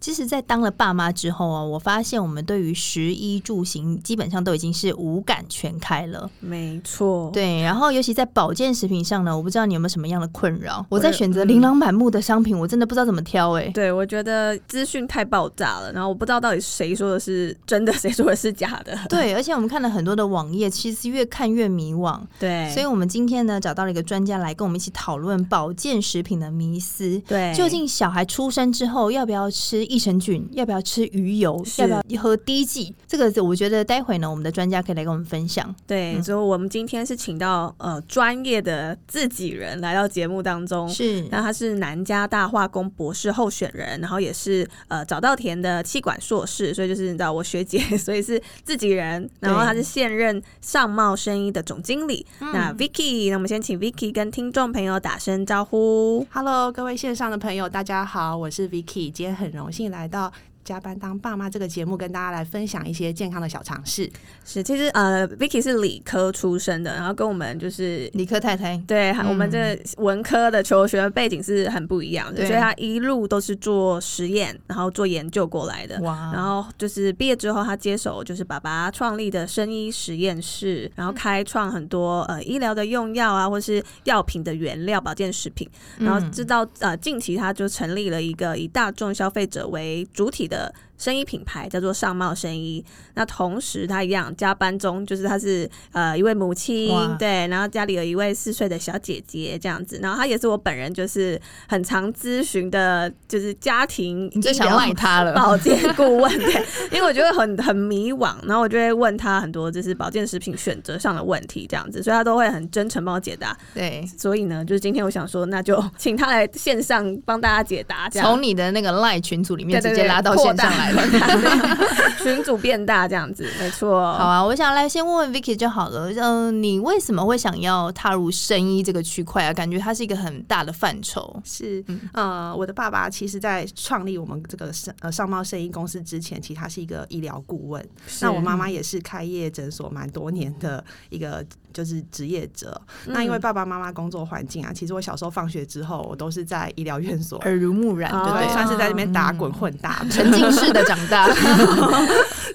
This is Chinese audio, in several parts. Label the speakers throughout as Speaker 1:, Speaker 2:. Speaker 1: 其实，在当了爸妈之后啊，我发现我们对于食衣住行基本上都已经是五感全开了。
Speaker 2: 没错，
Speaker 1: 对，然后尤其在保健食品上呢，我不知道你有没有什么样的困扰。我在选
Speaker 2: 嗯
Speaker 1: 择琳琅满目的商品，我真的不知道怎么挑哎、
Speaker 3: 对，我觉得资讯太爆炸了，然后我不知道到底谁说的是真的，谁说的是假的。
Speaker 1: 对，而且我们看了很多的网页，其实越看越迷惘。
Speaker 3: 对
Speaker 1: 所以我们今天呢，找到了一个专家来跟我们一起讨论保健食品的迷思。
Speaker 3: 对，
Speaker 1: 究竟小孩出生之后要不要吃益生菌？要不要吃鱼油？
Speaker 3: 是
Speaker 1: 要不要喝低剂？这个我觉得待会呢，我们的专家可以来跟我们分享。
Speaker 3: 对，
Speaker 1: 嗯
Speaker 3: 所以我们今天是请到呃专业的自己人来到节目当中。
Speaker 1: 是
Speaker 3: 哦那他是南加大化工博士候选人，然后也是呃早稻田的气管硕士，所以就是你知道我学姐，所以是自己人。然后他是现任上茂生意的总经理。
Speaker 1: 嗯
Speaker 3: 那 Vicky，那我们先请 Vicky 跟听众朋友打声招呼。
Speaker 4: Hello，各位线上的朋友，大家好，我是 Vicky，今天很荣幸来到。加班当爸妈这个节目，跟大家来分享一些健康的小常识。
Speaker 3: 是，其实呃，Vicky 是理科出身的，然后跟我们就是。
Speaker 1: 理科太太，
Speaker 3: 对，我们这文科的求学背景是很不一样的，
Speaker 1: 嗯对
Speaker 3: 所以他一路都是做实验，然后做研究过来的。
Speaker 1: 哇
Speaker 3: 然后就是毕业之后，他接手就是爸爸创立的生医实验室，然
Speaker 1: 嗯
Speaker 3: 后开创很多呃医疗的用药啊，或是药品的原料、保健食品。然后
Speaker 1: 嗯
Speaker 3: 直到呃近期，他就成立了一个以大众消费者为主体的生意品牌，叫做上茂生意。那同时，他一样加班中，就是他是呃一位母亲
Speaker 1: 哇，
Speaker 3: 对，然后家里有一位四岁的小姐姐这样子。然后他也是我本人就是很常咨询的，就是家庭
Speaker 1: 你最
Speaker 3: 医疗
Speaker 1: 想赖他了。
Speaker 3: 保健顾问，对，因为我觉得很很迷惘，然后我就会问他很多就是保健食品选择上的问题，这样子，所以他都会很真诚帮我解答。
Speaker 1: 对，
Speaker 3: 所以呢，就是今天我想说，那就 请他来线上帮大家解答，这样
Speaker 1: 从你的那个赖群组里面
Speaker 3: 对对
Speaker 1: 直
Speaker 3: 对
Speaker 1: 接拉到线上来了。
Speaker 3: 扩大对 群主变大这样子，没错。
Speaker 1: 好啊，我想来先问问 Vicky 就好了。嗯、你为什么会想要踏入生医这个区块啊？感觉它是一个很大的范畴。
Speaker 4: 是，呃，我的爸爸其实，在创立我们这个上呃上茂生意公司之前，其实他是一个医疗顾问。
Speaker 3: 是
Speaker 4: 那我妈妈也是开业诊所蛮多年的一个就是职业者。那因为爸爸妈妈工作环境啊，其实我小时候放学之后，我都是在医疗院所，
Speaker 1: 耳濡目染，对不
Speaker 3: 哦
Speaker 1: 对？
Speaker 4: 算是在那边打滚混大的。
Speaker 1: 沉浸式的长 大，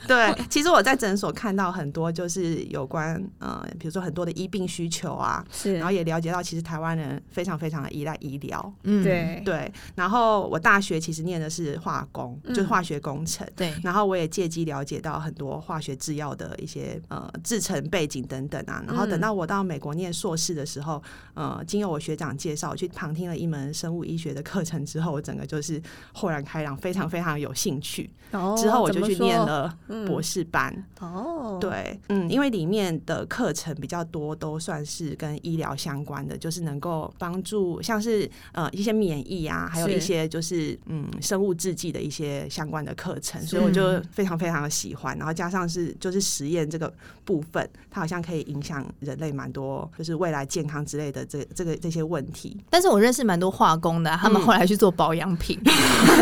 Speaker 4: 对， 其实我在诊所看到很多就是有关呃，比如说很多的医病需求啊，
Speaker 3: 是
Speaker 4: 然后也了解到其实台湾人非常非常的依赖医疗。
Speaker 1: 嗯，
Speaker 3: 对
Speaker 4: 对，然后我大学其实念的是化工，就是
Speaker 3: 嗯
Speaker 4: 化学工程。
Speaker 1: 对，
Speaker 4: 然后我也借机了解到很多化学制药的一些呃制成背景等等啊。然后
Speaker 3: 嗯
Speaker 4: 等到我到美国念硕士的时候，呃，经由我学长介绍，我去旁听了一门生物医学的课程之后，我整个就是豁然开朗，非常非常有兴趣。
Speaker 3: 哦
Speaker 4: 之后我就去念了
Speaker 3: 嗯
Speaker 4: 博士班，
Speaker 3: 哦，
Speaker 4: 对，嗯，因为里面的课程比较多，都算是跟医疗相关的，就是能够帮助像是呃一些免疫啊，还有
Speaker 3: 是
Speaker 4: 一些就是嗯生物制剂的一些相关的课程，所以我就非常非常的喜欢。然后加上是就是实验这个部分，它好像可以影响人类蛮多，就是未来健康之类的这这个这些问题。
Speaker 1: 但是我认识蛮多化工的啊，
Speaker 4: 嗯
Speaker 1: 他们后来去做保养 品。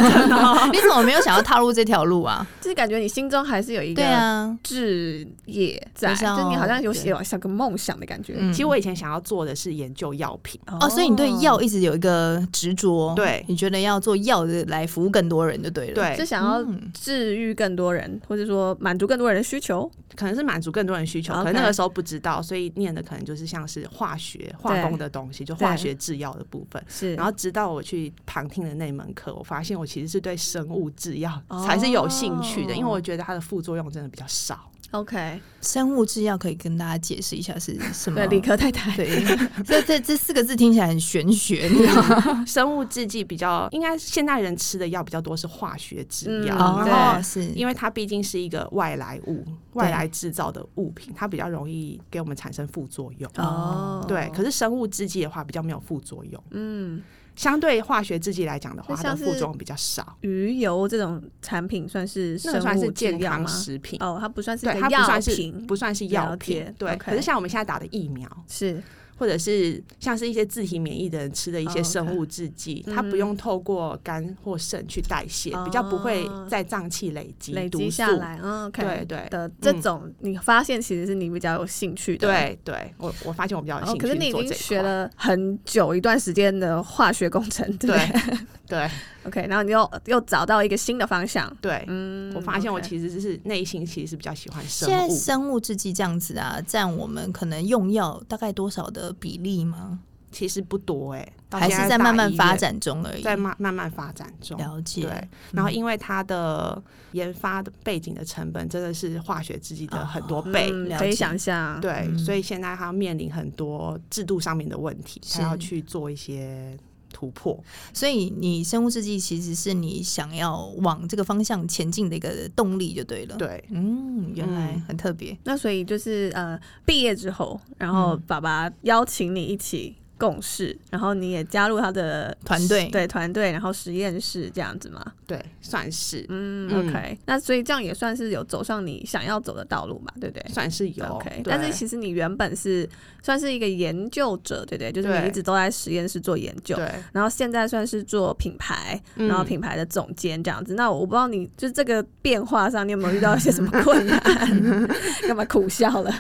Speaker 1: 你怎么没有想要踏入这条路 啊？
Speaker 3: 就是感觉你心中还是有一
Speaker 1: 对
Speaker 3: 个
Speaker 1: 啊，
Speaker 3: 志业在，
Speaker 1: 我想
Speaker 3: 就你好像有
Speaker 1: 对
Speaker 3: 有像个梦想的感觉。
Speaker 1: 嗯
Speaker 4: 啊其实我以前想要做的是研究药品，
Speaker 1: 哦，所以你对药一直有一个执着，
Speaker 4: 对
Speaker 1: 你觉得要做药的来服务更多人就对了。，
Speaker 4: 对
Speaker 3: 就，想要
Speaker 1: 嗯
Speaker 3: 治愈更多人，或者说满足更多人的需求。
Speaker 4: 可能是满足更多人需求，可
Speaker 3: OK
Speaker 4: 能那个时候不知道，所以念的可能就是像是化学、化工的东西，就化学制药的部分。
Speaker 3: 是
Speaker 4: 然后直到我去旁听的那门课，我发现我其实是对生物制药
Speaker 3: 哦
Speaker 4: 才是有兴趣的，因为我觉得它的副作用真的比较少。
Speaker 3: OK，
Speaker 1: 生物制药可以跟大家解释一下是什么？
Speaker 3: 对，理科太 太，
Speaker 1: 对，这这这四个字听起来很玄学，你知 道吗？
Speaker 4: 生物制剂比较，应该现代人吃的药比较多是化学制药，
Speaker 3: 嗯
Speaker 4: 然后
Speaker 3: 对
Speaker 1: 是
Speaker 4: 因为它毕竟是一个外来物、外来制造的物品，它比较容易给我们产生副作用。
Speaker 3: 哦
Speaker 4: 对，可是生物制剂的话比较没有副作用。
Speaker 3: 嗯，
Speaker 4: 相对化学制剂来讲的话，
Speaker 3: 那
Speaker 4: 它的
Speaker 3: 像
Speaker 4: 副
Speaker 3: 是
Speaker 4: 作用比较少，
Speaker 3: 鱼油这种产品算是
Speaker 4: 那
Speaker 3: 生
Speaker 4: 个算
Speaker 3: 物
Speaker 4: 是健
Speaker 3: 制药
Speaker 4: 康
Speaker 3: 吗？
Speaker 4: 食品，
Speaker 3: 哦，它不算是一
Speaker 4: 对，
Speaker 3: 个
Speaker 4: 它不
Speaker 3: 药
Speaker 4: 算是
Speaker 3: 品，
Speaker 4: 不算是药
Speaker 3: 了
Speaker 4: 品
Speaker 3: 解，
Speaker 4: 对。
Speaker 3: OK
Speaker 4: 可是像我们现在打的疫苗，
Speaker 3: 是
Speaker 4: 或者是像是一些自体免疫的人吃的一
Speaker 3: 哦，OK 嗯
Speaker 4: 些生物制剂，它不用透过肝或肾去代谢，比较不会在脏器累积
Speaker 3: 哦累
Speaker 4: 毒
Speaker 3: 积
Speaker 4: 素。
Speaker 3: 下来，嗯，OK，
Speaker 4: 对对
Speaker 3: 的这种，你发现其实是你比较有兴趣的，。
Speaker 4: 对对，我我发现我比较有
Speaker 3: 然后
Speaker 4: 兴趣、
Speaker 3: 哦可
Speaker 4: 做
Speaker 3: 是你已经
Speaker 4: 这一
Speaker 3: 学
Speaker 4: 块，
Speaker 3: 了很久一段时间的化学工程，对不对
Speaker 4: 对对
Speaker 3: OK，然后你又又找到一个新的方向，
Speaker 4: 对，
Speaker 3: 嗯，
Speaker 4: 我发现我
Speaker 3: OK
Speaker 4: 其实是内心其实是比较喜欢生
Speaker 1: 现在
Speaker 4: 物，
Speaker 1: 生物制剂这样子啊，占我们可能用药大概多少的比例吗？
Speaker 4: 其实不多哎、到
Speaker 1: 还
Speaker 4: 现
Speaker 1: 是
Speaker 4: 在
Speaker 1: 在慢慢
Speaker 4: 大医
Speaker 1: 发
Speaker 4: 院，
Speaker 1: 展中而已？
Speaker 4: 在慢慢慢发展中。
Speaker 1: 了
Speaker 4: 对
Speaker 1: 解，，嗯
Speaker 4: 然后因为它的研发的背景的成本真的是化学制剂的很多倍，
Speaker 3: 嗯
Speaker 1: 哦了
Speaker 3: 可以
Speaker 1: 解
Speaker 3: 想象，
Speaker 4: 对，
Speaker 1: 嗯
Speaker 4: 所以现在它面临很多制度上面的问题，
Speaker 1: 是
Speaker 4: 它要去做一些突破。
Speaker 1: 所以你生物制剂其实是你想要往这个方向前进的一个动力，就对了。，
Speaker 4: 对，
Speaker 1: 嗯，原来
Speaker 4: 嗯
Speaker 1: 很特别。
Speaker 3: 那所以就是呃，毕业之后，然后
Speaker 1: 嗯
Speaker 3: 爸爸邀请你一起共事，然后你也加入他的
Speaker 1: 团队
Speaker 3: 对团队，然后实验室这样子嘛。
Speaker 4: 对，算是、
Speaker 3: 嗯
Speaker 4: 嗯
Speaker 3: ，OK，那所以这样也算是有走上你想要走的道路嘛，对不对？
Speaker 4: 算是有
Speaker 3: OK，
Speaker 4: 对
Speaker 3: 但是其实你原本是算是一个研究者，对不对？就是你
Speaker 4: 对
Speaker 3: 一直都在实验室做研究，
Speaker 4: 对，
Speaker 3: 然后现在算是做品牌，
Speaker 4: 嗯
Speaker 3: 然后品牌的总监这样子。那我不知道你就是这个变化上，你有没有遇到一些什么 困难？ 干嘛苦笑了？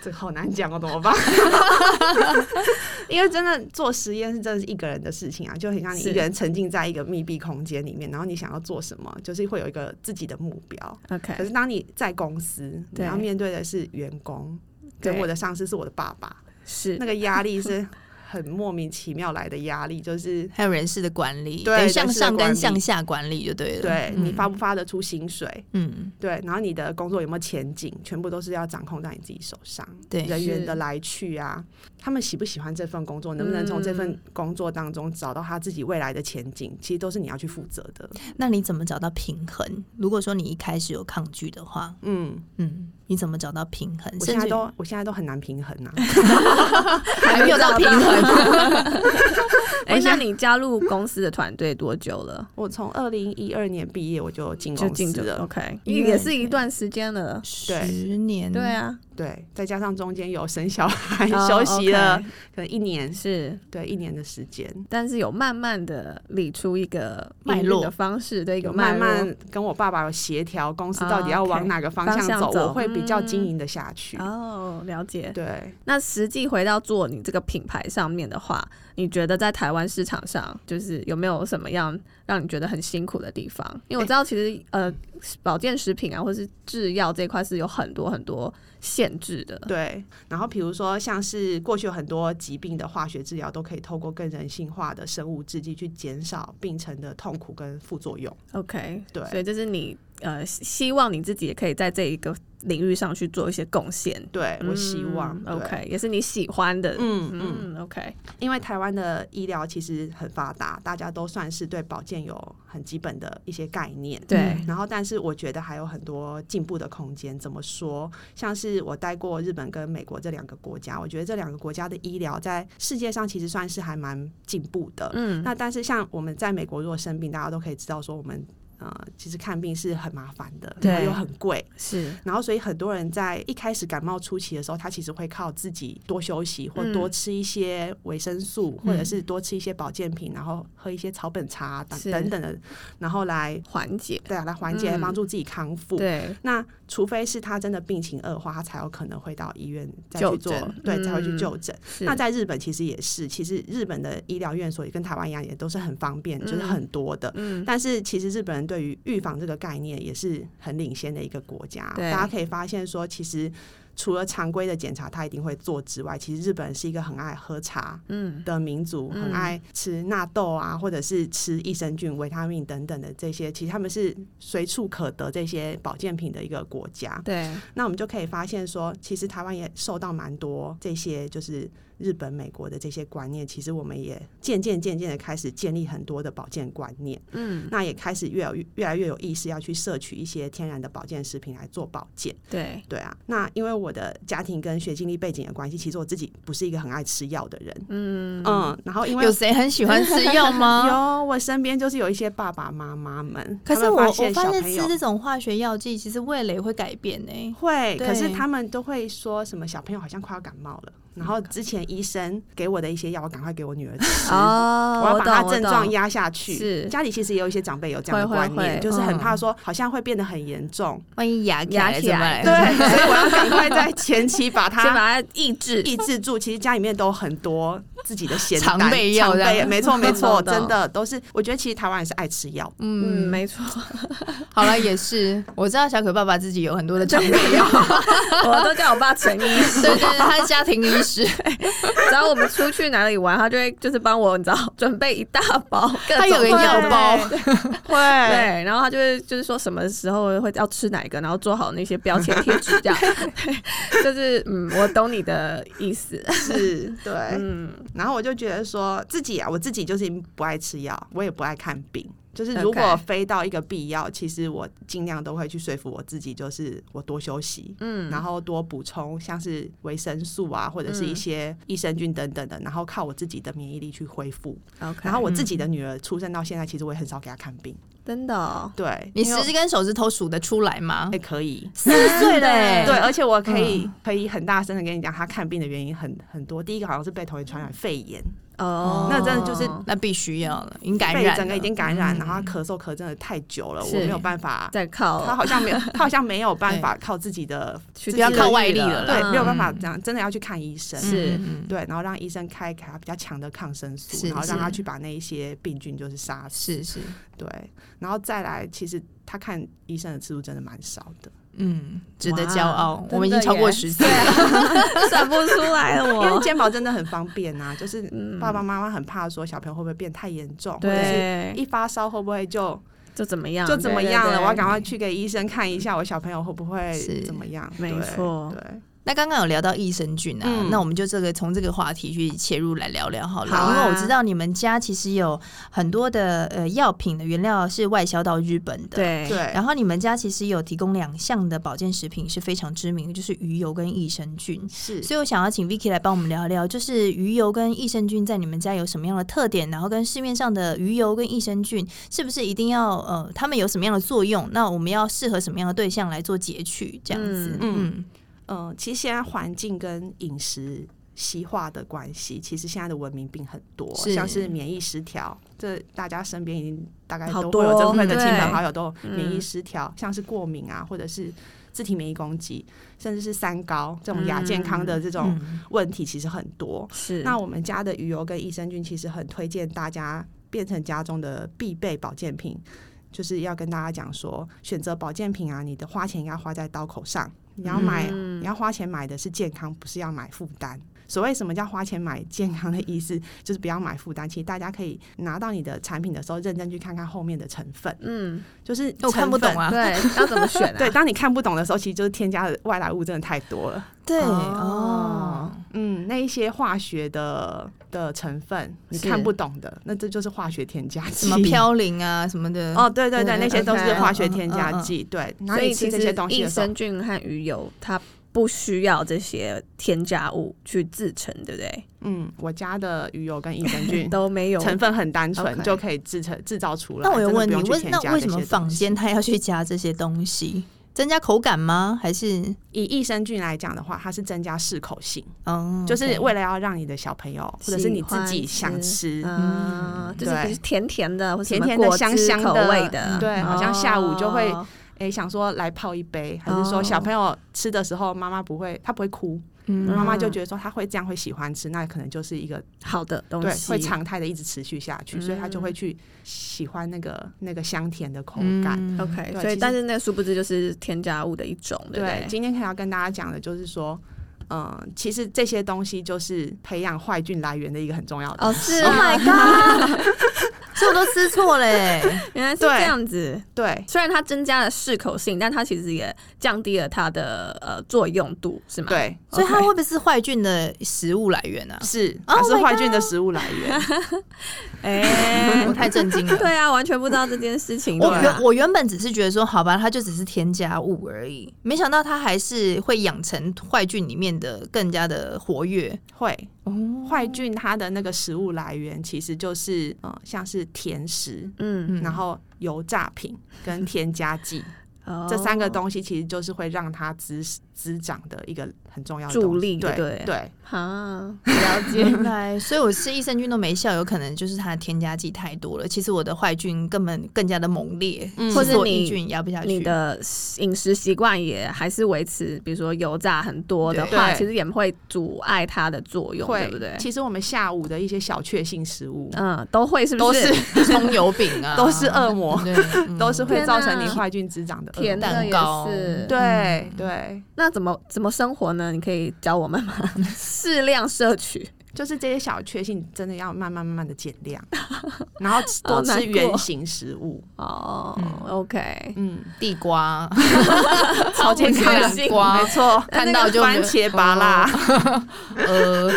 Speaker 4: 这个好难讲哦，怎么办？ 因为真的做实验是真的是一个人的事情啊，就很像你
Speaker 3: 是
Speaker 4: 一个人沉浸在一个密闭空间里面，然后你想要做什么，就是会有一个自己的目标。可
Speaker 3: OK，
Speaker 4: 是当你在公司，你
Speaker 3: 对
Speaker 4: 要面对的是员工，跟
Speaker 3: 对
Speaker 4: 我的上司是我的爸爸，
Speaker 3: 是
Speaker 4: 那个压力是很莫名其妙来的压力， 就是
Speaker 1: 还有人事的管理，
Speaker 4: 对
Speaker 1: 等于
Speaker 4: 人
Speaker 1: 向
Speaker 4: 事的
Speaker 1: 上
Speaker 4: 管
Speaker 1: 跟
Speaker 4: 理
Speaker 1: 向下管理就对了。
Speaker 4: 对
Speaker 1: 嗯
Speaker 4: 你发不发得出薪水，
Speaker 1: 嗯，
Speaker 4: 对，然后你的工作有没有前景，全部都是要掌控在你自己手上。
Speaker 1: 对
Speaker 4: 人员
Speaker 3: 哎是嗯
Speaker 4: 的来去啊，他们喜不喜欢这份工作，能不能从这份工作当中找到他自己未来的前景，其实都是你要去负责的。
Speaker 1: 那你怎么找到平衡？如果说你一开始有抗拒的话，
Speaker 4: 嗯，
Speaker 1: 嗯，你怎么找到平
Speaker 3: 嗯
Speaker 1: 衡？
Speaker 4: 我
Speaker 1: 甚
Speaker 4: 现
Speaker 1: 至
Speaker 4: 在都我现在都很难平衡 啊。
Speaker 1: 还没有到平衡，
Speaker 3: 哎，那你加入公司的团队多久了？
Speaker 4: 我从二零一二年毕业我就进
Speaker 3: 就
Speaker 4: 公
Speaker 3: 进
Speaker 4: 司啊
Speaker 3: 这
Speaker 4: 了，
Speaker 3: OK，
Speaker 1: 因为嗯
Speaker 3: 也是一段时间了。
Speaker 1: 十年，
Speaker 3: 对，啊，
Speaker 4: 对，再加上中间有生小孩，
Speaker 3: 哦
Speaker 4: 休息了
Speaker 3: OK
Speaker 4: 可能一年，
Speaker 3: 是，
Speaker 4: 对，一年的时间。
Speaker 3: 但是有慢慢的理出一个
Speaker 1: 脉
Speaker 3: 营运
Speaker 1: 络
Speaker 3: 的方式的一个
Speaker 4: 有
Speaker 3: 脉
Speaker 4: 慢
Speaker 3: 络
Speaker 4: 慢跟我爸爸有协调，公司
Speaker 3: 啊
Speaker 4: 到底要
Speaker 3: OK，
Speaker 4: 往哪个方
Speaker 3: 方向
Speaker 4: 向走，
Speaker 3: 走
Speaker 4: 我会比较
Speaker 3: 嗯
Speaker 4: 经营的下去。
Speaker 3: 哦，了解。
Speaker 4: 对，
Speaker 3: 那实际回到做你这个品牌上面的话，你觉得在台湾市场上，就是有没有什么样让你觉得很辛苦的地方？因为我知道其实、呃，保健食品啊，或是制药这一块是有很多很多限制的。
Speaker 4: 对，然后比如说像是过去有很多疾病的化学治疗，都可以透过更人性化的生物制剂去减少病程的痛苦跟副作用。
Speaker 3: OK，
Speaker 4: 对
Speaker 3: 所以就是你呃，希希望你自己也可以在这一个领域上去做一些贡献。
Speaker 4: 对我希望、
Speaker 3: 嗯
Speaker 4: 对
Speaker 3: OK，也是你喜欢的。
Speaker 4: 嗯嗯，
Speaker 3: 嗯 o k
Speaker 4: 因为台湾的医疗其实很发达，大家都算是对保健有很基本的一些概念。
Speaker 3: 对，
Speaker 4: 然后，但是我觉得还有很多进步的空间。怎么说？像是我待过日本跟美国这两个国家，我觉得这两个国家的医疗在世界上其实算是还蛮进步的。
Speaker 3: 嗯，
Speaker 4: 那但是像我们在美国，如果生病，大家都可以知道说我们。呃，其实看病是很麻烦的，
Speaker 3: 对
Speaker 4: 然后又很贵，
Speaker 3: 是
Speaker 4: 然后所以很多人在一开始感冒初期的时候，他其实会靠自己多休息，或
Speaker 3: 嗯
Speaker 4: 多吃一些维生素，或者是多吃一些保健品，然后喝一些草本茶等
Speaker 3: 是
Speaker 4: 等等的，然后来
Speaker 3: 缓解。
Speaker 4: 对啊来缓解，
Speaker 3: 嗯
Speaker 4: 帮助自己康复。
Speaker 3: 对，
Speaker 4: 那除非是他真的病情恶化，他才有可能会到医院再
Speaker 3: 就
Speaker 4: 去做
Speaker 3: 诊，
Speaker 4: 对，
Speaker 3: 嗯
Speaker 4: 才会去就诊。
Speaker 3: 是
Speaker 4: 那在日本其实也是，其实日本的医疗院所也跟台湾一样，也都是很方便，就是很多的。
Speaker 3: 嗯
Speaker 4: 但是其实日本人对于预防这个概念也是很领先的一个国家，
Speaker 3: 对
Speaker 4: 大家可以发现说，其实除了常规的检查他一定会做之外，其实日本人是一个很爱喝茶
Speaker 3: 嗯，
Speaker 4: 的民族，
Speaker 3: 嗯
Speaker 4: 很爱吃纳豆啊，或者是吃益生菌、维他命等等的这些，其实他们是随处可得这些保健品的一个国家。
Speaker 3: 对，
Speaker 4: 那我们就可以发现说，其实台湾也受到蛮多这些就是日本、美国的这些观念，其实我们也渐渐渐渐的开始建立很多的保健观念，
Speaker 3: 嗯，
Speaker 4: 那也开始越有越来越有意识要去摄取一些天然的保健食品来做保健。
Speaker 3: 对，
Speaker 4: 对啊，那因为我的家庭跟学经历背景的关系，其实我自己不是一个很爱吃药的人，
Speaker 3: 嗯
Speaker 4: 嗯然后因为
Speaker 1: 啊有谁很喜欢吃药吗？
Speaker 4: 有我身边就是有一些爸爸妈妈们，
Speaker 1: 可是
Speaker 4: 他
Speaker 1: 我
Speaker 4: 们
Speaker 1: 我
Speaker 4: 发现
Speaker 1: 发
Speaker 4: 小
Speaker 1: 现
Speaker 4: 朋
Speaker 1: 吃
Speaker 4: 友
Speaker 1: 这种化学药剂，其实味蕾会改变呢、
Speaker 4: 会，
Speaker 1: 对
Speaker 4: 可是他们都会说什么小朋友好像快要感冒了，然后之前医生给我的一些药，我赶快给我女儿吃。
Speaker 3: 哦，
Speaker 4: 我要把她
Speaker 3: 懂
Speaker 4: 症状。
Speaker 3: 我懂
Speaker 4: 压下去。
Speaker 3: 是
Speaker 4: 家里其实也有一些长辈有这样的
Speaker 3: 会会
Speaker 4: 观念，
Speaker 3: 会
Speaker 4: 就是很怕
Speaker 1: 嗯
Speaker 4: 说好像会变得很严重。
Speaker 1: 万一牙
Speaker 3: 牙
Speaker 1: 牙
Speaker 3: 起
Speaker 1: 怎么
Speaker 3: 来
Speaker 1: 办？
Speaker 4: 对，啊所以我要赶快在前期把
Speaker 3: 先
Speaker 4: 它
Speaker 3: 把它抑制，
Speaker 4: 抑制住。其实家里面都很多自己的咸
Speaker 1: 常
Speaker 4: 蛋
Speaker 1: 备药
Speaker 4: 常
Speaker 1: 这样
Speaker 4: 备没错没错，
Speaker 3: 懂懂
Speaker 4: 真的都是。我觉得其实台湾人是爱吃药，
Speaker 3: 嗯，
Speaker 1: 嗯，
Speaker 3: 没错，
Speaker 1: 好了，也 是，我知道小可爸爸自己有很多的长辈药，
Speaker 3: 我都叫我爸陈医师。
Speaker 1: 对对对，他是家庭医师，
Speaker 3: 只要我们出去哪里玩，他就会就是帮我，你知道，准备一大 包各种
Speaker 1: 他有个
Speaker 3: 东西
Speaker 1: 药包，
Speaker 4: 会。
Speaker 3: 对，然后他就会就是说什么时候会要吃哪一个，然后做好那些标签贴纸 这样。对，就是嗯，我懂你的意思。
Speaker 4: 是，对，
Speaker 3: 嗯，
Speaker 4: 然后我就觉得说自己啊，我自己就是不爱吃药，我也不爱看病，就是如果
Speaker 3: OK
Speaker 4: 非到一个必要，其实我尽量都会去说服我自己，就是我多休息，
Speaker 3: 嗯
Speaker 4: 嗯，然后多补充像是维生素啊，或者是一
Speaker 3: 嗯
Speaker 4: 些益生菌等等的，然后靠我自己的免疫力去恢复。
Speaker 3: OK，
Speaker 4: 然后我自己的女儿出生到现在，其实我也很少给她看病，
Speaker 3: 真的哦、
Speaker 4: 对，
Speaker 1: 你
Speaker 4: 因为
Speaker 1: 十只根手指头数得出来吗
Speaker 4: 也？可以。
Speaker 1: 四岁嘞
Speaker 4: 对，，而且我可以、
Speaker 3: 嗯
Speaker 4: 可以很大声的跟你讲，她看病的原因很很多。第一个好像是被同学传染肺炎，
Speaker 3: 哦，
Speaker 4: 那真的就是
Speaker 1: 那必须要了，嗯已经感
Speaker 4: 被
Speaker 1: 染，
Speaker 4: 整个已经感染，然
Speaker 1: 后
Speaker 4: 后他咳嗽咳真的太久了，我
Speaker 3: 是
Speaker 4: 没有办法，
Speaker 3: 在靠
Speaker 4: 他好像 没有，他好像没有办法靠自己的，
Speaker 3: 去
Speaker 4: 不要靠
Speaker 1: 外力了啦
Speaker 4: 对，没有办法
Speaker 1: 嗯
Speaker 4: 这样，真的要去看医生，
Speaker 3: 是
Speaker 4: 对，然后让医生开给他比较强的抗生素，
Speaker 1: 是
Speaker 4: 然后让
Speaker 1: 是
Speaker 4: 他去把那一些病菌就是杀死，
Speaker 1: 是是，
Speaker 4: 对，然后再来，其实他看医生的次数真的蛮少的，
Speaker 1: 嗯，值得
Speaker 3: 哇
Speaker 1: 骄傲
Speaker 3: 真，的
Speaker 1: 我们已经超过
Speaker 3: 耶
Speaker 1: 十次
Speaker 3: 对
Speaker 1: 了，
Speaker 3: 啊 算不出来了
Speaker 4: 因为
Speaker 3: 我。
Speaker 4: 健保真的很方便啊，就是
Speaker 3: 嗯
Speaker 4: 爸爸妈妈很怕说小朋友会不会变太严重，或者是。
Speaker 3: 对，
Speaker 4: 一发烧会不会就
Speaker 3: 就怎么样？
Speaker 4: 就怎么样了？
Speaker 3: 对对对
Speaker 4: 我要赶快去给医生看一下，我小朋友会不会
Speaker 1: 是
Speaker 4: 怎么样？
Speaker 3: 没
Speaker 4: 对
Speaker 3: 错
Speaker 4: 对，
Speaker 1: 那刚刚有聊到益生菌啊，
Speaker 4: 嗯
Speaker 1: 那我们就这个从这个话题去切入来聊聊好了，
Speaker 3: 好啊
Speaker 1: 因为我知道你们家其实有很多的呃药品的原料是外销到日本的。
Speaker 3: 对
Speaker 4: 对，
Speaker 1: 然后你们家其实有提供两项的保健食品是非常知名的，就是鱼油跟益生菌。
Speaker 4: 是
Speaker 1: 所以我想要请 Vicky 来帮我们聊聊，就是鱼油跟益生菌在你们家有什么样的特点，然后跟市面上的鱼油跟益生菌是不是一定要呃，它们有什么样的作用？那我们要适合什么样的对象来做截取？这样子，
Speaker 4: 嗯
Speaker 1: 嗯
Speaker 4: 嗯、呃其实现在环境跟饮食西化的关系，其实现在的文明病很多，
Speaker 1: 是
Speaker 4: 像是免疫失调，这大家身边已经大概
Speaker 3: 好
Speaker 4: 都
Speaker 3: 多
Speaker 4: 会有这部分
Speaker 3: 嗯
Speaker 4: 的亲
Speaker 3: 对
Speaker 4: 朋好友都有免疫
Speaker 3: 嗯
Speaker 4: 失调，像是过敏啊，或者是自体免疫攻击，甚至是三高这种亚健康的这种
Speaker 1: 嗯
Speaker 4: 问题，其实很多。
Speaker 3: 是
Speaker 4: 那我们家的鱼油跟益生菌其实很推荐大家变成家中的必备保健品，就是要跟大家讲说，选择保健品啊，你的花钱应该花在刀口上，你要买，
Speaker 3: 嗯
Speaker 4: 你要花钱买的是健康，不是要买负担。所谓什么叫花钱买健康的意思，就是不要买负担。其实大家可以拿到你的产品的时候，认真去看看后面的成分，
Speaker 3: 嗯，
Speaker 4: 就是
Speaker 1: 我看不
Speaker 4: 成分
Speaker 1: 懂。啊，
Speaker 3: 对，要怎么选啊？
Speaker 4: 对，当你看不懂的时候，其实就是添加的外来物真的太多了。
Speaker 1: 对
Speaker 3: 哦
Speaker 1: 哦，
Speaker 4: 嗯，那一些化学的的成分你
Speaker 3: 是
Speaker 4: 看不懂的，那这就是化学添加
Speaker 1: 什
Speaker 4: 剂。
Speaker 1: 么嘌呤啊什么的，
Speaker 4: 哦，对对对，
Speaker 1: 对
Speaker 4: 那些都是
Speaker 3: OK，
Speaker 4: 化学添加剂。对，那
Speaker 3: 所以
Speaker 4: 你吃
Speaker 3: 其
Speaker 4: 这
Speaker 3: 实
Speaker 4: 些东西
Speaker 3: 益
Speaker 4: 的时候
Speaker 3: 生，菌和鱼油它不需要这些添加物去制成，对不对？
Speaker 4: 嗯，我家的鱼油跟益生菌
Speaker 3: 都没有。
Speaker 4: 成分很单纯，
Speaker 3: OK
Speaker 4: 就可以制成制造出来。
Speaker 1: 那我有
Speaker 4: 真的
Speaker 1: 问
Speaker 4: 不
Speaker 1: 你，
Speaker 4: 用去
Speaker 1: 为
Speaker 4: 添
Speaker 1: 那
Speaker 4: 加
Speaker 1: 为
Speaker 4: 这
Speaker 1: 什么
Speaker 4: 些
Speaker 1: 坊
Speaker 4: 东西
Speaker 1: 间它要去加这些东西，增加口感吗？还是
Speaker 4: 以益生菌来讲的话，它是增加适口性，
Speaker 1: 嗯，
Speaker 4: 就是为
Speaker 1: 了
Speaker 4: 了要让你的小朋友或者是你自己
Speaker 3: 喜欢
Speaker 4: 想吃，
Speaker 3: 啊，就是
Speaker 4: 对
Speaker 3: 比如甜甜的，或是什
Speaker 4: 甜
Speaker 3: 么
Speaker 4: 甜的
Speaker 3: 果汁
Speaker 4: 香香
Speaker 3: 口
Speaker 4: 的
Speaker 3: 味的，嗯
Speaker 4: 对，好像下午就会
Speaker 3: 哦
Speaker 4: 诶，想说来泡一杯，还是说
Speaker 3: 哦
Speaker 4: 小朋友吃的时候，妈妈不会，她不会哭，
Speaker 1: 嗯
Speaker 4: 妈妈就觉得说她会这样会喜欢吃，那可能就是一个
Speaker 3: 好的东
Speaker 4: 对
Speaker 3: 西，
Speaker 4: 会常态的一直持续下去，所以她就会去喜欢那个那个香甜的口感。
Speaker 3: OK，嗯
Speaker 4: 对
Speaker 3: 所
Speaker 4: 其
Speaker 3: 以
Speaker 4: 实
Speaker 3: 但是那个殊不知就是添加物的一种，对不
Speaker 4: 对，
Speaker 3: 对？
Speaker 4: 今天可能要跟大家讲的就是说，嗯，其实这些东西就是培养坏菌来源的一个很重要的
Speaker 3: 哦，是
Speaker 1: ，Oh my
Speaker 3: 啊
Speaker 1: god，所以我都吃错 嘞，
Speaker 3: 原来是
Speaker 4: 对
Speaker 3: 这样子。
Speaker 4: 对。
Speaker 3: 虽然它增加了适口性，但它其实也降低了它的呃作用度，是吗？
Speaker 4: 对，
Speaker 1: 所以它
Speaker 3: OK
Speaker 1: 会不会是坏菌的食物来源啊？
Speaker 4: 是它
Speaker 1: Oh
Speaker 4: 是
Speaker 1: my
Speaker 4: 坏菌的食物来源，
Speaker 3: 哎、
Speaker 1: 我太震 惊了。
Speaker 3: 对啊，完全不知道这件事情。
Speaker 1: 我
Speaker 3: 对啊
Speaker 1: 原我原本只是觉得说，好吧，它就只是添加物而已，没想到它还是会养成坏菌里面的更加的活跃
Speaker 4: 会
Speaker 1: 哦。
Speaker 4: 坏菌它的那个食物来源其实就是嗯，像是甜食，
Speaker 3: 嗯
Speaker 4: 然后油炸品跟添加剂，
Speaker 3: 哦
Speaker 4: 这三个东西其实就是会让它滋滋长的一个很重要的
Speaker 3: 助
Speaker 4: 东西
Speaker 3: 力就
Speaker 4: 对
Speaker 3: 对了
Speaker 4: 对，
Speaker 3: 啊， 了解。
Speaker 1: 原来，所以我吃益生菌都没效，有可能就是它的添加剂太多了。其实我的坏菌根本更加的猛烈，
Speaker 4: 嗯
Speaker 1: 其实
Speaker 3: 或是
Speaker 1: 我
Speaker 3: 你
Speaker 1: 益菌压不下去。
Speaker 3: 你的饮食习惯也还是维持，比如说油炸很多的话，
Speaker 4: 对
Speaker 3: 其实也会阻碍它的作用，
Speaker 4: 会
Speaker 3: 对不对？
Speaker 4: 其实我们下午的一些小确幸食物，
Speaker 3: 嗯，都会是不
Speaker 4: 都
Speaker 3: 是？
Speaker 1: 葱油饼 啊，
Speaker 4: 都是恶魔
Speaker 1: 对，嗯
Speaker 4: 都是会
Speaker 3: 天
Speaker 4: 造成你
Speaker 3: 哪嗯
Speaker 4: 坏菌滋长的恶
Speaker 3: 甜
Speaker 4: 魔
Speaker 3: 的
Speaker 1: 蛋
Speaker 3: 也
Speaker 1: 糕
Speaker 3: 是，
Speaker 4: 对
Speaker 3: 嗯
Speaker 4: 对，
Speaker 3: 那怎么怎么生活呢？你可以教我们 吗？适量摄取，
Speaker 4: 就是这些小确幸真的要慢慢慢慢的减 量，然后吃
Speaker 3: 好
Speaker 4: 多
Speaker 3: 难
Speaker 4: 吃
Speaker 3: 过
Speaker 4: 圆形食物，
Speaker 3: 哦、
Speaker 1: 嗯
Speaker 3: o k
Speaker 4: 嗯，
Speaker 1: 地瓜，
Speaker 4: 超健康
Speaker 3: 不
Speaker 4: 的
Speaker 3: 确信
Speaker 1: 瓜
Speaker 4: 没哦错，
Speaker 1: 看到就
Speaker 4: 番茄拔辣，
Speaker 1: 呃，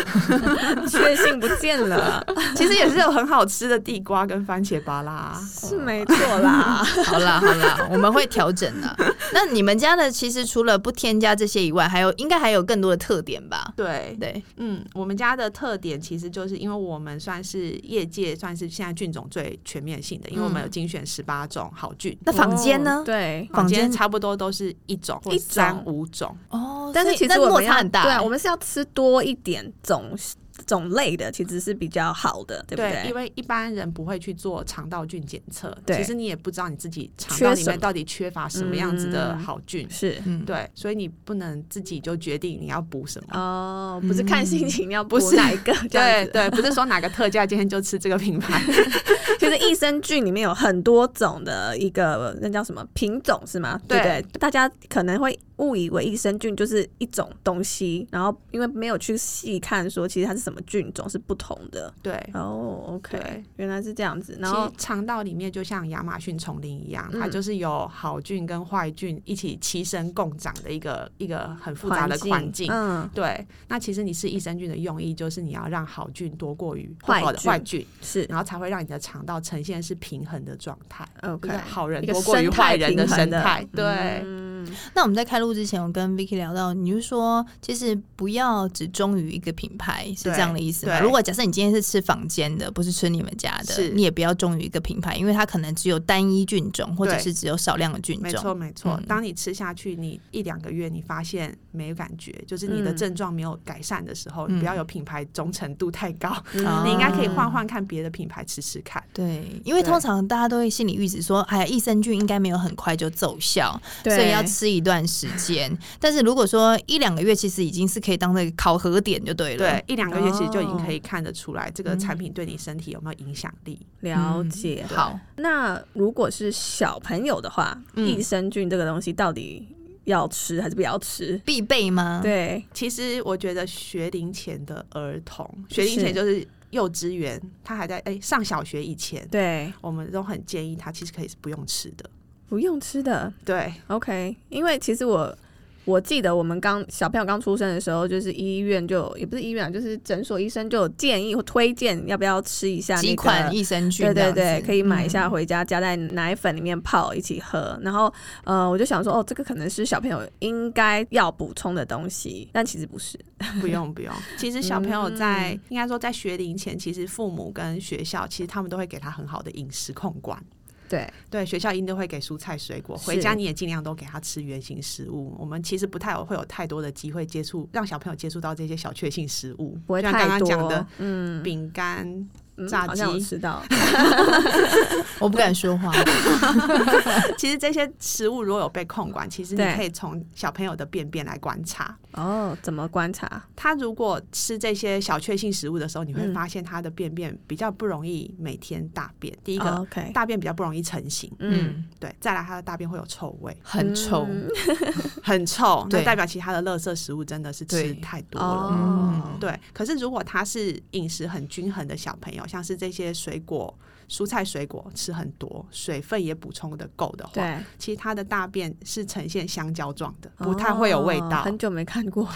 Speaker 3: 确信不见 了，
Speaker 4: 其实也是有很好吃的地瓜跟番茄啊拔辣，
Speaker 3: 是没错啦。
Speaker 1: 好啦好啦，我们会调整的。那你们家的其实除了不添加这些以外，还有应该还有更多的特点吧？
Speaker 4: 对，
Speaker 1: 对，
Speaker 4: 嗯，我们家的特点其实就是因为我们算是业界算是现在菌种最全面性的，因为我们有精选十八种好菌，
Speaker 1: 那坊间
Speaker 3: 哦
Speaker 1: 呢？
Speaker 3: 对。
Speaker 4: 坊
Speaker 1: 坊
Speaker 4: 间
Speaker 1: 间
Speaker 4: 差不多都是一种或
Speaker 3: 一种
Speaker 4: 三五种，
Speaker 1: 哦
Speaker 3: 但是其
Speaker 1: 那
Speaker 3: 实我
Speaker 1: 落
Speaker 3: 们要
Speaker 1: 差很大欸。
Speaker 3: 对啊，我们是要吃多一点种种类的，其实是比较好的，对不
Speaker 4: 对，
Speaker 3: 对？
Speaker 4: 因为一般人不会去做肠道菌检测，
Speaker 3: 对
Speaker 4: 其实你也不知道你自己肠
Speaker 3: 缺
Speaker 4: 道里
Speaker 3: 什么
Speaker 4: 面到底缺乏什么样子的好菌，
Speaker 3: 是
Speaker 1: 嗯，
Speaker 4: 对，所以你不能自己就决定你要补什么。
Speaker 3: 哦，不是看心情要补
Speaker 4: 不是
Speaker 3: 哪一个，这样
Speaker 4: 对
Speaker 3: 子。
Speaker 4: 对，不是说哪个特价今天就吃这个品牌，
Speaker 3: 其实益生菌里面有很多种的一个那叫什么品种是吗？对
Speaker 4: 对
Speaker 3: 不对？大家可能会误以为益生菌就是一种东西，然后因为没有去细看说其实它是什么菌种是不同的。
Speaker 4: 对。
Speaker 3: 哦，OK、o k
Speaker 4: 对
Speaker 3: 原来是这样子。
Speaker 4: 其
Speaker 3: 然后
Speaker 4: 实肠道里面就像亚马逊丛林一样，
Speaker 3: 嗯
Speaker 4: 它就是有好菌跟坏菌一起齐声共长的一个一个很复杂的环境。
Speaker 3: 嗯，
Speaker 4: 对，那其实你吃益生菌的用意就是你要让好菌多过于不
Speaker 3: 坏
Speaker 4: 好的
Speaker 3: 菌
Speaker 4: 坏菌，
Speaker 3: 是
Speaker 4: 然后才会让你的肠道呈现是平衡的状态。
Speaker 3: OK
Speaker 4: 就是。好人
Speaker 3: 一个
Speaker 4: 多过于
Speaker 3: 生态
Speaker 4: 坏人的
Speaker 3: 平
Speaker 4: 生
Speaker 3: 衡的
Speaker 4: 态，对，
Speaker 3: 嗯，
Speaker 1: 那我们在开录之前，我跟 Vicky 聊到，你就说其实不要只忠于一个品牌，是
Speaker 4: 对
Speaker 1: 这样的意思吗？
Speaker 4: 对
Speaker 1: 如果假设你今天是吃坊间的，不是吃你们家的
Speaker 4: 是，
Speaker 1: 你也不要忠于一个品牌，因为它可能只有单一菌种，或者
Speaker 4: 对
Speaker 1: 是只有少量的菌
Speaker 4: 没错
Speaker 1: 种。
Speaker 4: 没错
Speaker 1: 嗯。
Speaker 4: 当你吃下去，你一两个月你发现没有感觉，就是你的
Speaker 3: 嗯
Speaker 4: 症状没有改善的时候，
Speaker 1: 嗯
Speaker 4: 不要有品牌忠诚度太高，
Speaker 1: 啊
Speaker 4: 你应该可以
Speaker 3: 哦
Speaker 4: 换换看别的品牌吃吃看。
Speaker 1: 对，因为
Speaker 4: 对
Speaker 1: 通常大家都会心理预知说，哎呀，益生菌应该没有很快就奏效，
Speaker 3: 对
Speaker 1: 所以要吃一段时间。但是如果说一两个月，其实已经是可以当那个考核点就对了。
Speaker 4: 对，一两个月其实就已经
Speaker 3: 哦
Speaker 4: 可以看得出来这个产品对你身体有没有影响力。
Speaker 3: 了
Speaker 1: 嗯
Speaker 3: 解。
Speaker 1: 好，
Speaker 3: 那如果是小朋友的话，
Speaker 4: 嗯
Speaker 3: 益生菌这个东西到底要吃还是不要吃？
Speaker 1: 必备吗？，
Speaker 3: 对，
Speaker 4: 其实我觉得学龄前的儿童，学龄
Speaker 3: 是
Speaker 4: 前就是幼稚园，他还在哎、上小学以前，
Speaker 3: 对，
Speaker 4: 我们都很建议他其实可以是不用吃的。
Speaker 3: 不用吃的
Speaker 4: 对，
Speaker 3: ，OK。因为其实我我记得我们刚小朋友刚出生的时候，就是医院就有也不是医院啊，就是诊所医生就有建议或推荐要不要吃一下、那个、
Speaker 1: 几款益生菌
Speaker 3: 啊对
Speaker 1: 这
Speaker 3: 对
Speaker 1: 样子，
Speaker 3: 对，可以买一下
Speaker 1: 嗯
Speaker 3: 回家，加在奶粉里面泡一起喝。然后呃，我就想说，哦，这个可能是小朋友应该要补充的东西，但其实不是。
Speaker 4: 不 用不用。其实小朋友在、
Speaker 3: 嗯
Speaker 4: 应该说在学龄前，其实父母跟学校其实他们都会给他很好的饮食控管。
Speaker 3: 对，
Speaker 4: 对，学校一定都会给蔬菜水果，
Speaker 3: 是
Speaker 4: 回家你也尽量都给他吃原形食物。我们其实不太有会有太多的机会接触，让小朋友接触到这些小确幸食物，
Speaker 3: 不会
Speaker 4: 就像
Speaker 3: 太
Speaker 4: 刚刚
Speaker 3: 多。
Speaker 4: 讲的
Speaker 3: 嗯，
Speaker 4: 饼干。
Speaker 3: 嗯
Speaker 4: 炸
Speaker 3: 好像有
Speaker 4: 鸡
Speaker 3: 吃 到。
Speaker 1: 我不敢说话。
Speaker 4: 其实这些食物如果有被控管，其实你
Speaker 3: 对
Speaker 4: 可以从小朋友的便便来观察。
Speaker 3: 哦，怎么观察？
Speaker 4: 他如果吃这些小确幸食物的时候，你会
Speaker 3: 嗯
Speaker 4: 发现他的便便比较不容易每天大便。第一个，
Speaker 3: o k
Speaker 4: 大便比较不容易成型，
Speaker 3: 哦嗯，
Speaker 1: 嗯，
Speaker 4: 对，再来它的大便会有臭味，
Speaker 1: 很臭。
Speaker 3: 嗯
Speaker 4: 很臭，那
Speaker 1: 对
Speaker 4: 代表其他的垃圾食物真的是
Speaker 1: 对
Speaker 4: 吃太多了。
Speaker 3: 哦
Speaker 1: 嗯，
Speaker 4: 对，可是如果他是饮食很均衡的小朋友，像是这些水果、蔬菜、水果吃很多，水分也补充的够的话，
Speaker 3: 对，
Speaker 4: 其实他的大便是呈现香蕉状的， 不太会有味
Speaker 3: 哦
Speaker 4: 道，
Speaker 3: 很久没看 过，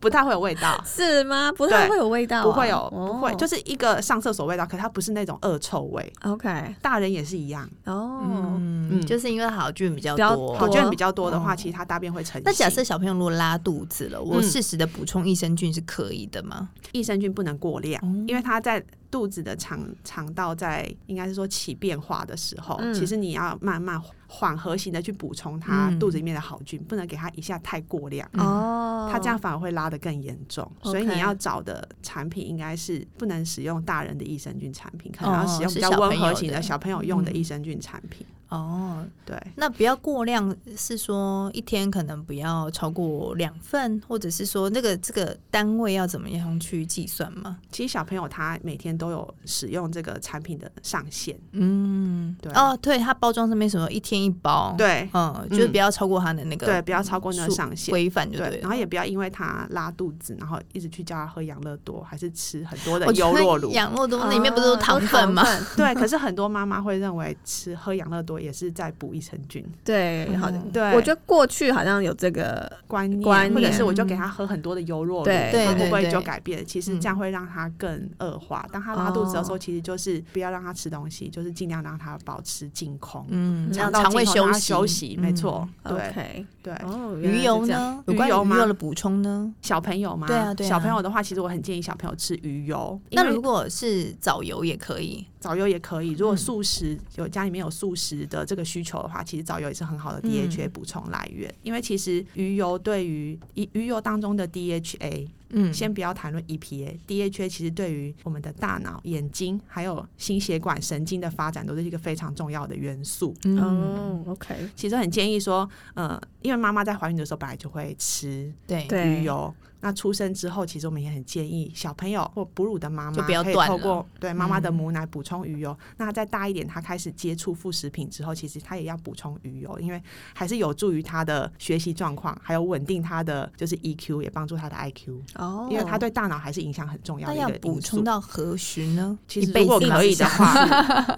Speaker 4: 不太会有味 道，
Speaker 3: 是吗？不太
Speaker 4: 对
Speaker 3: 会有味道啊、
Speaker 4: 不会有，
Speaker 3: 哦
Speaker 4: 不会，就是一个上厕所味道，可它不是那种恶臭味。
Speaker 3: OK，
Speaker 4: 大人也是一样，
Speaker 3: 哦，
Speaker 1: 嗯，
Speaker 4: 嗯
Speaker 1: 就是因为好菌比较
Speaker 3: 比较
Speaker 1: 多，
Speaker 4: 好菌比较多的
Speaker 1: 哦
Speaker 4: 话，其实它大便会成型。
Speaker 1: 那假设小朋友如果拉肚子了，我
Speaker 4: 嗯
Speaker 1: 适时的补充益生菌是可以的吗？
Speaker 4: 益生菌不能过量，
Speaker 1: 哦
Speaker 4: 因为它在肚子的肠肠道在应该是说起变化的时候，
Speaker 3: 嗯
Speaker 4: 其实你要慢慢缓和型的去补充它
Speaker 1: 嗯
Speaker 4: 肚子里面的好菌，不能给它一下太过量。
Speaker 1: 嗯
Speaker 3: 哦
Speaker 4: 它这样反而会拉得更严重，所以
Speaker 3: OK
Speaker 4: 你要找的产品应该是不能使用大人的益生菌产品，可能要
Speaker 1: 哦
Speaker 4: 使用
Speaker 1: 是
Speaker 4: 比较
Speaker 1: 小
Speaker 4: 温
Speaker 1: 朋
Speaker 4: 和
Speaker 1: 友
Speaker 4: 型
Speaker 1: 的
Speaker 4: 的小朋友用的
Speaker 1: 嗯
Speaker 4: 益生菌产品。
Speaker 1: 哦，
Speaker 4: 对，
Speaker 1: 那不要过量，是说一天可能不要超过两份，或者是说那个这个单位要怎么样去计算吗？
Speaker 4: 其实小朋友他每天都有使用这个产品的上限，
Speaker 1: 嗯，
Speaker 4: 对
Speaker 1: 哦，对，它包装上面什么一天一包，，
Speaker 4: 对
Speaker 1: 嗯，就是不要超过它的那个
Speaker 4: 对，不要超过那个
Speaker 1: 数
Speaker 4: 上限。
Speaker 1: 规范就
Speaker 4: 对，
Speaker 1: 对
Speaker 4: 然
Speaker 1: 了。
Speaker 4: 后也不要因为他拉肚子，然后一直去叫他喝养乐多，还是吃很多的
Speaker 1: 我
Speaker 4: 优
Speaker 1: 觉
Speaker 4: 酪
Speaker 1: 得
Speaker 4: 乳。
Speaker 1: 哦养乐多
Speaker 3: 哦
Speaker 1: 那里面不是啊都糖分吗？
Speaker 4: 对， 可是很多妈妈会认为吃喝养乐多也是在补益生菌
Speaker 3: 对，好像
Speaker 1: 嗯
Speaker 4: 对
Speaker 3: 我觉得过去好像有这个，
Speaker 4: 观念，
Speaker 3: 观
Speaker 4: 或者
Speaker 3: 念
Speaker 4: 是我就给他喝很多的优酪乳，
Speaker 3: 对
Speaker 4: 他
Speaker 1: 对
Speaker 4: 会不会
Speaker 1: 对嗯
Speaker 4: 就
Speaker 1: 对
Speaker 4: 改变？其实这样会让他更恶化。当他拉肚子的
Speaker 1: 哦
Speaker 4: 时候，其实就是不要让他吃东西，就是尽量让他保持净空，
Speaker 1: 嗯，
Speaker 4: 肠
Speaker 1: 让
Speaker 4: 道
Speaker 1: 肠胃
Speaker 4: 净空让
Speaker 1: 休
Speaker 4: 他
Speaker 1: 息，
Speaker 4: 休息，没
Speaker 1: 嗯
Speaker 4: 错，对
Speaker 3: OK，
Speaker 4: 对。
Speaker 3: 哦，原来
Speaker 1: 鱼
Speaker 3: 是
Speaker 1: 油
Speaker 3: 这样？
Speaker 1: 呢？有关于
Speaker 4: 鱼油吗
Speaker 1: 鱼油的补充呢？
Speaker 4: 小朋友嘛，
Speaker 1: 对啊对啊
Speaker 4: 小朋友的话，其实我很建议小朋友吃鱼油，因
Speaker 1: 那
Speaker 4: 为
Speaker 1: 如果是藻油也可以，
Speaker 4: 藻油也可以。如果
Speaker 1: 嗯
Speaker 4: 素食、有家里面有素食的这个需求的话，其实藻油也是很好的
Speaker 1: 嗯
Speaker 4: DHA 补充来源。因为其实鱼油对于鱼鱼油当中的 DHA，、
Speaker 1: 嗯，
Speaker 4: 先不要谈论 E EPA，DHA 其实对于我们的大脑、眼睛还有心血管、神经的发展都是一个非常重要的元素。
Speaker 1: 嗯，
Speaker 3: 哦，OK，
Speaker 4: 其实很建议说，呃，因为妈妈在怀孕的时候本来就会吃
Speaker 1: 对
Speaker 3: 对
Speaker 4: 鱼，油。那出生之后，其实我们也很建议小朋友或哺乳的妈
Speaker 1: 就
Speaker 4: 妈，
Speaker 1: 不要
Speaker 4: 可以
Speaker 1: 断
Speaker 4: 透
Speaker 1: 了嗯
Speaker 4: 过对妈妈的母奶补充鱼油。那她再大一点，她开始接触副食品之后，其实她也要补充鱼油，因为还是有助于她的学习状况，还有稳定她的就是 EQ，也帮助她的 IQ，、
Speaker 3: 哦，
Speaker 4: 因为她对大脑还是影响很重要
Speaker 1: 那
Speaker 4: 的一
Speaker 1: 要
Speaker 4: 个
Speaker 1: 补
Speaker 4: 因素
Speaker 1: 充。到何时呢？
Speaker 4: 其实
Speaker 1: 一辈
Speaker 4: 如
Speaker 1: 子
Speaker 4: 果可以的
Speaker 1: 吗，
Speaker 4: 话，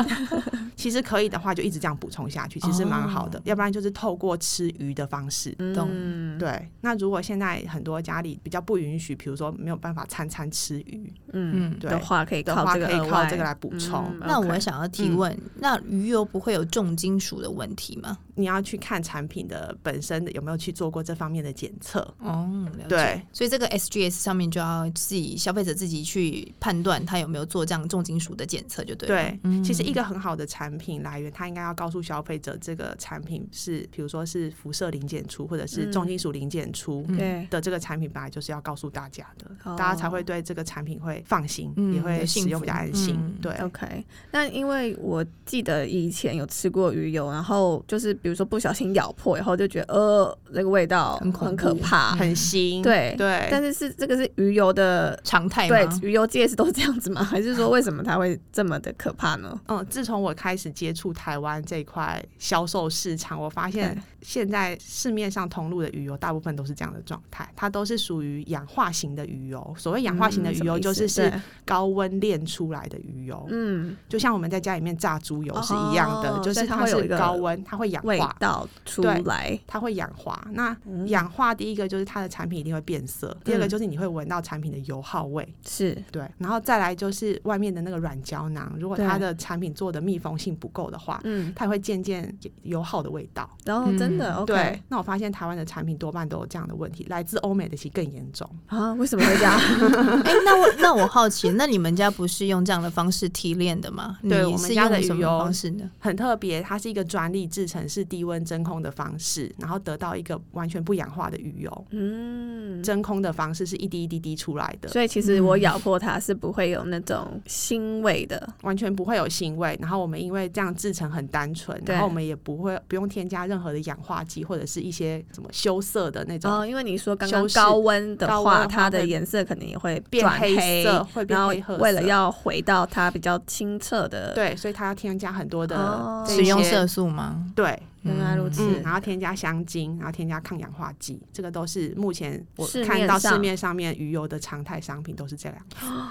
Speaker 4: 其实可以的话就一直这样补充下去，其实蛮好的。
Speaker 1: 哦
Speaker 4: 要不然就是透过吃鱼的方式，
Speaker 1: 懂
Speaker 3: 嗯，
Speaker 4: 对，那如果现在很多家里比较不允许，比如说没有办法餐餐吃鱼
Speaker 3: 嗯，
Speaker 4: 对
Speaker 3: 的话可以
Speaker 4: 的
Speaker 3: 靠
Speaker 4: 话，
Speaker 3: 这个
Speaker 4: 可以
Speaker 3: 额
Speaker 4: 靠
Speaker 3: 外
Speaker 4: 这个来补充。
Speaker 3: 嗯
Speaker 1: 那我
Speaker 3: OK
Speaker 1: 想要提问，那鱼油不会有重金属的问题吗？
Speaker 4: 你要去看产品的本身的有没有去做过这方面的检测。
Speaker 1: 哦，了解。
Speaker 4: 对，
Speaker 1: 所以这个 SGS 上面就要自己消费者自己去判断他有没有做这样重金属的检测，就对了。
Speaker 4: 对，
Speaker 1: 嗯
Speaker 4: 其实一个很好的产品来源，它应该要告诉消费者这个产品是，比如说是辐射零检出或者是重金属零检出
Speaker 1: 嗯
Speaker 3: 对
Speaker 4: 的这个产品，本来就是要告诉大家的，
Speaker 3: 哦
Speaker 4: 大家才会对这个产品会放心，
Speaker 1: 嗯
Speaker 4: 也会
Speaker 1: 有
Speaker 4: 使
Speaker 1: 幸
Speaker 4: 用
Speaker 1: 福
Speaker 4: 比较安心。
Speaker 1: 嗯
Speaker 4: 对，
Speaker 3: OK，那因为我记得以前有吃过鱼油，然后就是比如说不小心咬破以后，就觉得呃那个味道
Speaker 1: 很恐
Speaker 3: 很可
Speaker 1: 怖
Speaker 3: 怕，
Speaker 4: 很 新。
Speaker 3: 对
Speaker 4: 对，
Speaker 3: 但是是这个是鱼油的。
Speaker 1: 常态
Speaker 3: 对
Speaker 1: 吗，
Speaker 3: 鱼油界是都是这样子吗？ 还是说为什么它会这么的可怕呢？
Speaker 4: 嗯，自从我开始接触台湾这一块销售市场，我发现
Speaker 3: 对
Speaker 4: 现在市面上同路的鱼油大部分都是这样的状态，它都是属于氧化型的鱼油。所谓氧化型的
Speaker 3: 嗯
Speaker 4: 鱼
Speaker 3: 什么
Speaker 4: 油，
Speaker 3: 意
Speaker 4: 就是
Speaker 3: 思
Speaker 4: 是
Speaker 3: 对
Speaker 4: 高温炼出来的鱼油，
Speaker 3: 嗯
Speaker 4: 就像我们在家里面炸猪油是一样的，
Speaker 3: 哦
Speaker 4: 就
Speaker 3: 所
Speaker 4: 是
Speaker 3: 以它
Speaker 4: 它
Speaker 3: 会有
Speaker 4: 是
Speaker 3: 一个
Speaker 4: 高温，它会氧
Speaker 3: 味
Speaker 4: 化。
Speaker 3: 道嗯出
Speaker 4: 对
Speaker 3: 来，
Speaker 4: 它会氧化，那氧化第一个就是它的产品一定会变色，第二
Speaker 3: 嗯
Speaker 4: 个就是你会闻到产品的油耗味，
Speaker 3: 是
Speaker 4: 对，然后再来就是外面的那个软胶囊，如果
Speaker 3: 对
Speaker 4: 它的产品做的密封性不够的话，
Speaker 3: 嗯，
Speaker 4: 它也会渐渐油耗的味道。
Speaker 3: 然后真的、
Speaker 1: 嗯
Speaker 3: OK
Speaker 4: 对，那我发现台湾的产品多半都有这样的问题，来自欧美的其实更严重。
Speaker 3: 啊？为什么会这样？
Speaker 1: 哎、那我那我好奇，那你们家不是用这样的方式提炼的吗？
Speaker 4: 对
Speaker 1: 你
Speaker 4: 我
Speaker 1: 是
Speaker 4: 们家的
Speaker 1: 用什
Speaker 4: 鱼
Speaker 1: 么
Speaker 4: 油
Speaker 1: 方式呢？
Speaker 4: 很特别，它是一个专利制成是低温真空的方式，然后得到一个完全不氧化的鱼油。
Speaker 3: 嗯，
Speaker 4: 真空的方式是一滴一滴滴出来的，
Speaker 3: 所以其实我咬破它是不会有那种腥味的，
Speaker 4: 完全不会有腥味。然后我们因为这样制成很单纯，
Speaker 3: 对
Speaker 4: 然后我们也不会不用添加任何的氧化剂或者是一些什么羞涩的那种
Speaker 3: 哦，因为你说刚刚
Speaker 4: 修饰
Speaker 3: 高温的
Speaker 4: 高温
Speaker 3: 话，
Speaker 4: 的话
Speaker 3: 它的
Speaker 4: 会
Speaker 3: 颜色可能也会
Speaker 4: 变
Speaker 3: 转
Speaker 4: 黑
Speaker 3: 黑
Speaker 4: 色会变
Speaker 3: 然
Speaker 4: 黑褐
Speaker 3: 后为了
Speaker 4: 色
Speaker 3: 要回到它比较清澈的，，
Speaker 4: 对，所以它要添加很多
Speaker 3: 哦
Speaker 4: 的这
Speaker 1: 使用
Speaker 4: 些
Speaker 1: 色素吗？
Speaker 4: 对，
Speaker 3: 原来如此
Speaker 4: 嗯，然后添加香精，然后添加抗氧化剂，这个都是目前我
Speaker 3: 市面
Speaker 4: 看到市
Speaker 3: 上
Speaker 4: 面上面鱼油的常态商品都是这样。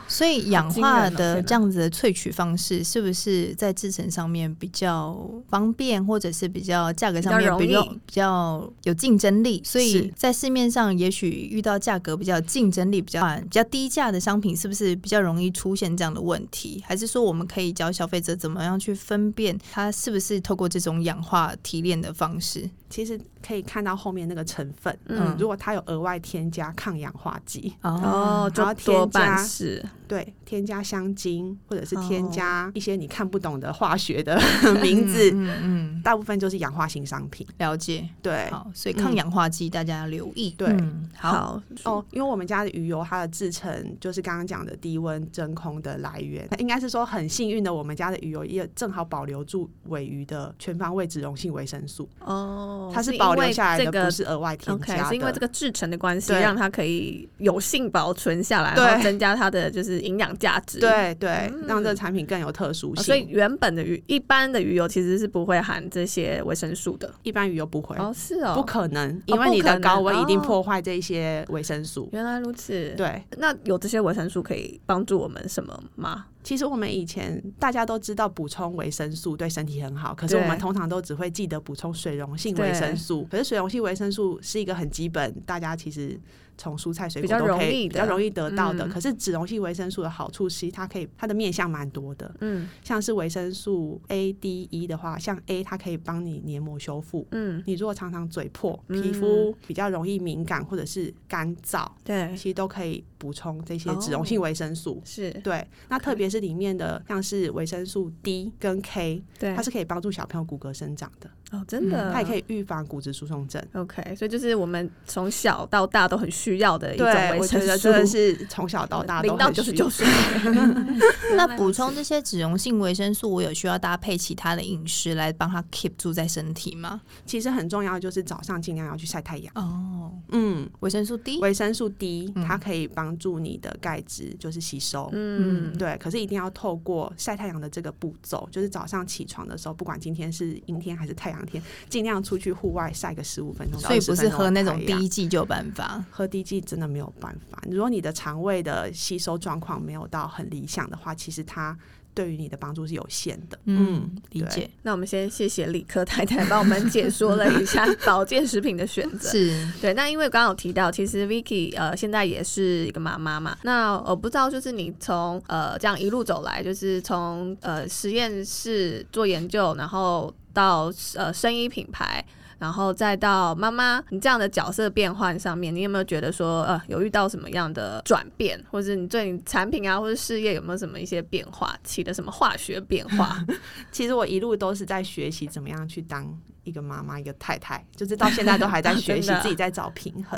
Speaker 1: 所以
Speaker 3: 好
Speaker 1: 氧
Speaker 3: 惊
Speaker 1: 化
Speaker 3: 人哦
Speaker 1: 的
Speaker 3: 天哪
Speaker 1: 这样子的萃取方式，是不是在制成上面比较方便，或者是比较价格上面
Speaker 3: 比
Speaker 1: 比
Speaker 3: 较
Speaker 1: 较
Speaker 3: 容易
Speaker 1: 比较有竞争力？所以
Speaker 4: 是
Speaker 1: 在市面上，也许遇到价格比较竞争力比较比较低价的商品，是不是比较容易出现这样的问题？还是说我们可以教消费者怎么样去分辨它是不是透过这种氧化提炼的方式？
Speaker 4: 其实可以看到后面那个成分，
Speaker 3: 嗯
Speaker 4: 嗯，如果它有额外添加抗氧化剂，
Speaker 1: 哦，
Speaker 3: 哦，
Speaker 4: 然
Speaker 3: 就多
Speaker 4: 后嗯添加
Speaker 3: 半是
Speaker 4: 对，添加香精或者是
Speaker 3: 哦
Speaker 4: 添加一些你看不懂的化学 的名字，
Speaker 1: 嗯嗯，嗯
Speaker 4: 大部分就是氧化型商品。
Speaker 1: 了解。
Speaker 4: 对，嗯
Speaker 1: 好，所以抗氧化剂大家要留意。
Speaker 4: 对
Speaker 1: 嗯，好，
Speaker 3: 好
Speaker 4: 哦，因为我们家的鱼油它的制成就是刚刚讲的低温真空的来源，应该是说很幸运的，我们家的鱼油也正好保留住尾鱼的全方位脂溶性维生素，
Speaker 3: 哦，
Speaker 4: 它是
Speaker 3: 因
Speaker 4: 保留
Speaker 3: 为
Speaker 4: 下来
Speaker 3: 这
Speaker 4: 的，
Speaker 3: 个
Speaker 4: 不是额外添
Speaker 3: OK，
Speaker 4: 加
Speaker 3: 是因为这
Speaker 4: 的。
Speaker 3: 个制成的关系，
Speaker 4: 对
Speaker 3: 让它可以有幸保存下来，
Speaker 4: 对
Speaker 3: 然后增加它的就是营养价值。哦。
Speaker 4: 对对，让这个产品更有特殊性。
Speaker 3: 所以原本的鱼，一般的鱼油其实是不会含这些维生素的。
Speaker 4: 一般鱼油不会，
Speaker 3: 哦，是哦，
Speaker 4: 不可能，
Speaker 3: 哦
Speaker 4: 因为你的高
Speaker 3: 不可
Speaker 4: 温
Speaker 3: 能
Speaker 4: 一定破坏这一些维生素。
Speaker 3: 原来如此。，
Speaker 4: 对，
Speaker 3: 那有这些维生素可以帮助我们什么吗？
Speaker 4: 其实我们以前大家都知道补充维生素对身体很好，可是
Speaker 3: 对
Speaker 4: 我们通常都只会记得补充水溶性维生素。可是水溶性维生素是一个很基本，大家其实从蔬菜水
Speaker 3: 比
Speaker 4: 果
Speaker 3: 较
Speaker 4: 都可
Speaker 3: 容易的
Speaker 4: 以比较容易得到的。
Speaker 3: 嗯
Speaker 4: 可是脂溶性维生素的好处是，它可以它的面向蛮多的，
Speaker 3: 嗯
Speaker 4: 像是维生素 A、D、E 的话，像 A 它可以帮你黏膜修复。
Speaker 3: 嗯，
Speaker 4: 你如果常常嘴破，
Speaker 3: 嗯
Speaker 4: 皮肤比较容易敏感或者是干燥，
Speaker 3: 对，
Speaker 4: 其实都可以补充这些
Speaker 3: 嗯哦
Speaker 4: 脂溶性维生素。
Speaker 3: 是，
Speaker 4: 对，那特别是里面的像是维生素 D 跟 K，
Speaker 3: 对，
Speaker 4: 它是可以帮助小朋友骨骼生长的，
Speaker 3: 哦，真的，
Speaker 4: 它也可。以预防骨质疏松症。
Speaker 3: OK，所以就是我们从小到大都很需要的一种
Speaker 4: 对，
Speaker 3: 维
Speaker 4: 我
Speaker 3: 生
Speaker 4: 觉得
Speaker 3: 素
Speaker 4: 真，的是从小到大都
Speaker 3: 零到
Speaker 4: 很
Speaker 3: 九十
Speaker 4: 需
Speaker 3: 九
Speaker 4: 要。
Speaker 3: 岁。
Speaker 1: 那补充这些脂溶性维生素，我有需要搭配其他的饮食来帮它 keep 住在身体吗？
Speaker 4: 其实很重要，就是早上尽量要去晒太阳。
Speaker 1: 哦，
Speaker 4: 嗯，
Speaker 1: 维生素 D，
Speaker 4: 维生素 D
Speaker 1: 嗯
Speaker 4: 它可以帮助你的钙质就是吸收。
Speaker 3: 嗯，
Speaker 4: 对，可是一定要透过晒太阳的这个步骤，就是早上起床的时候，不管今天是阴天还是太阳天，尽量出去户外晒个十五分钟到
Speaker 1: 所以
Speaker 4: 20
Speaker 1: 不
Speaker 4: 分钟的
Speaker 1: 是
Speaker 4: 太阳。
Speaker 1: 喝那
Speaker 4: 啊
Speaker 1: 种第一剂就有办法。
Speaker 4: 喝低剂真的没有办法。如果你的肠胃的吸收状况没有到很理想的话，其实它对于你的帮助是有限的。
Speaker 1: 嗯，理
Speaker 4: 对
Speaker 1: 解
Speaker 3: 那我们先谢谢理科太太帮我们解说了一下保健食品的选择。
Speaker 1: 是
Speaker 3: 对，那因为刚刚有提到，其实 Vicky 呃现在也是一个妈妈嘛。那我不知道，就是你从呃这样一路走来，就是从呃实验室做研究，然后到呃生意品牌，然后再到妈妈，你这样的角色变换上面，你有没有觉得说呃有遇到什么样的转变，或者你对你产品啊或者事业有没有什么一些变化，起了什么化学变化？
Speaker 4: 其实我一路都是在学习怎么样去当一个妈妈、一个太太，就是到现在都还在学 习
Speaker 3: 真的，
Speaker 4: 自己在找平衡。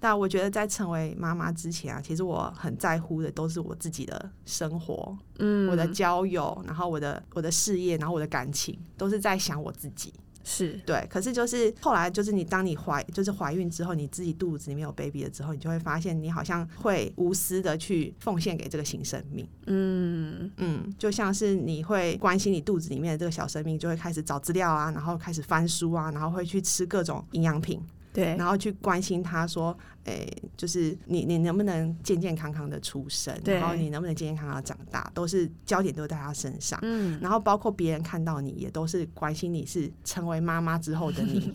Speaker 4: 但我觉得在成为妈妈之前啊，其实我很在乎的都是我自己的生活、
Speaker 3: 嗯，
Speaker 4: 我的交友，然后我的我的事业，然后我的感情，都是在想我自己。
Speaker 3: 是
Speaker 4: 对，可是就是后来就是你当你怀就是怀孕之后，你自己肚子里面有 baby 了之后，你就会发现你好像会无私的去奉献给这个新生命。
Speaker 3: 嗯
Speaker 4: 嗯，就像是你会关心你肚子里面的这个小生命，就会开始找资料啊，然后开始翻书啊，然后会去吃各种营养品，
Speaker 3: 对
Speaker 4: 然后去关心他说，诶、就是你你能不能健健康康的出生，
Speaker 3: 对
Speaker 4: 然后你能不能健健康康的长大，都是焦点都在他身上。
Speaker 3: 嗯
Speaker 4: 然后包括别人看到你，也都是关心你是成为妈妈之后的 你，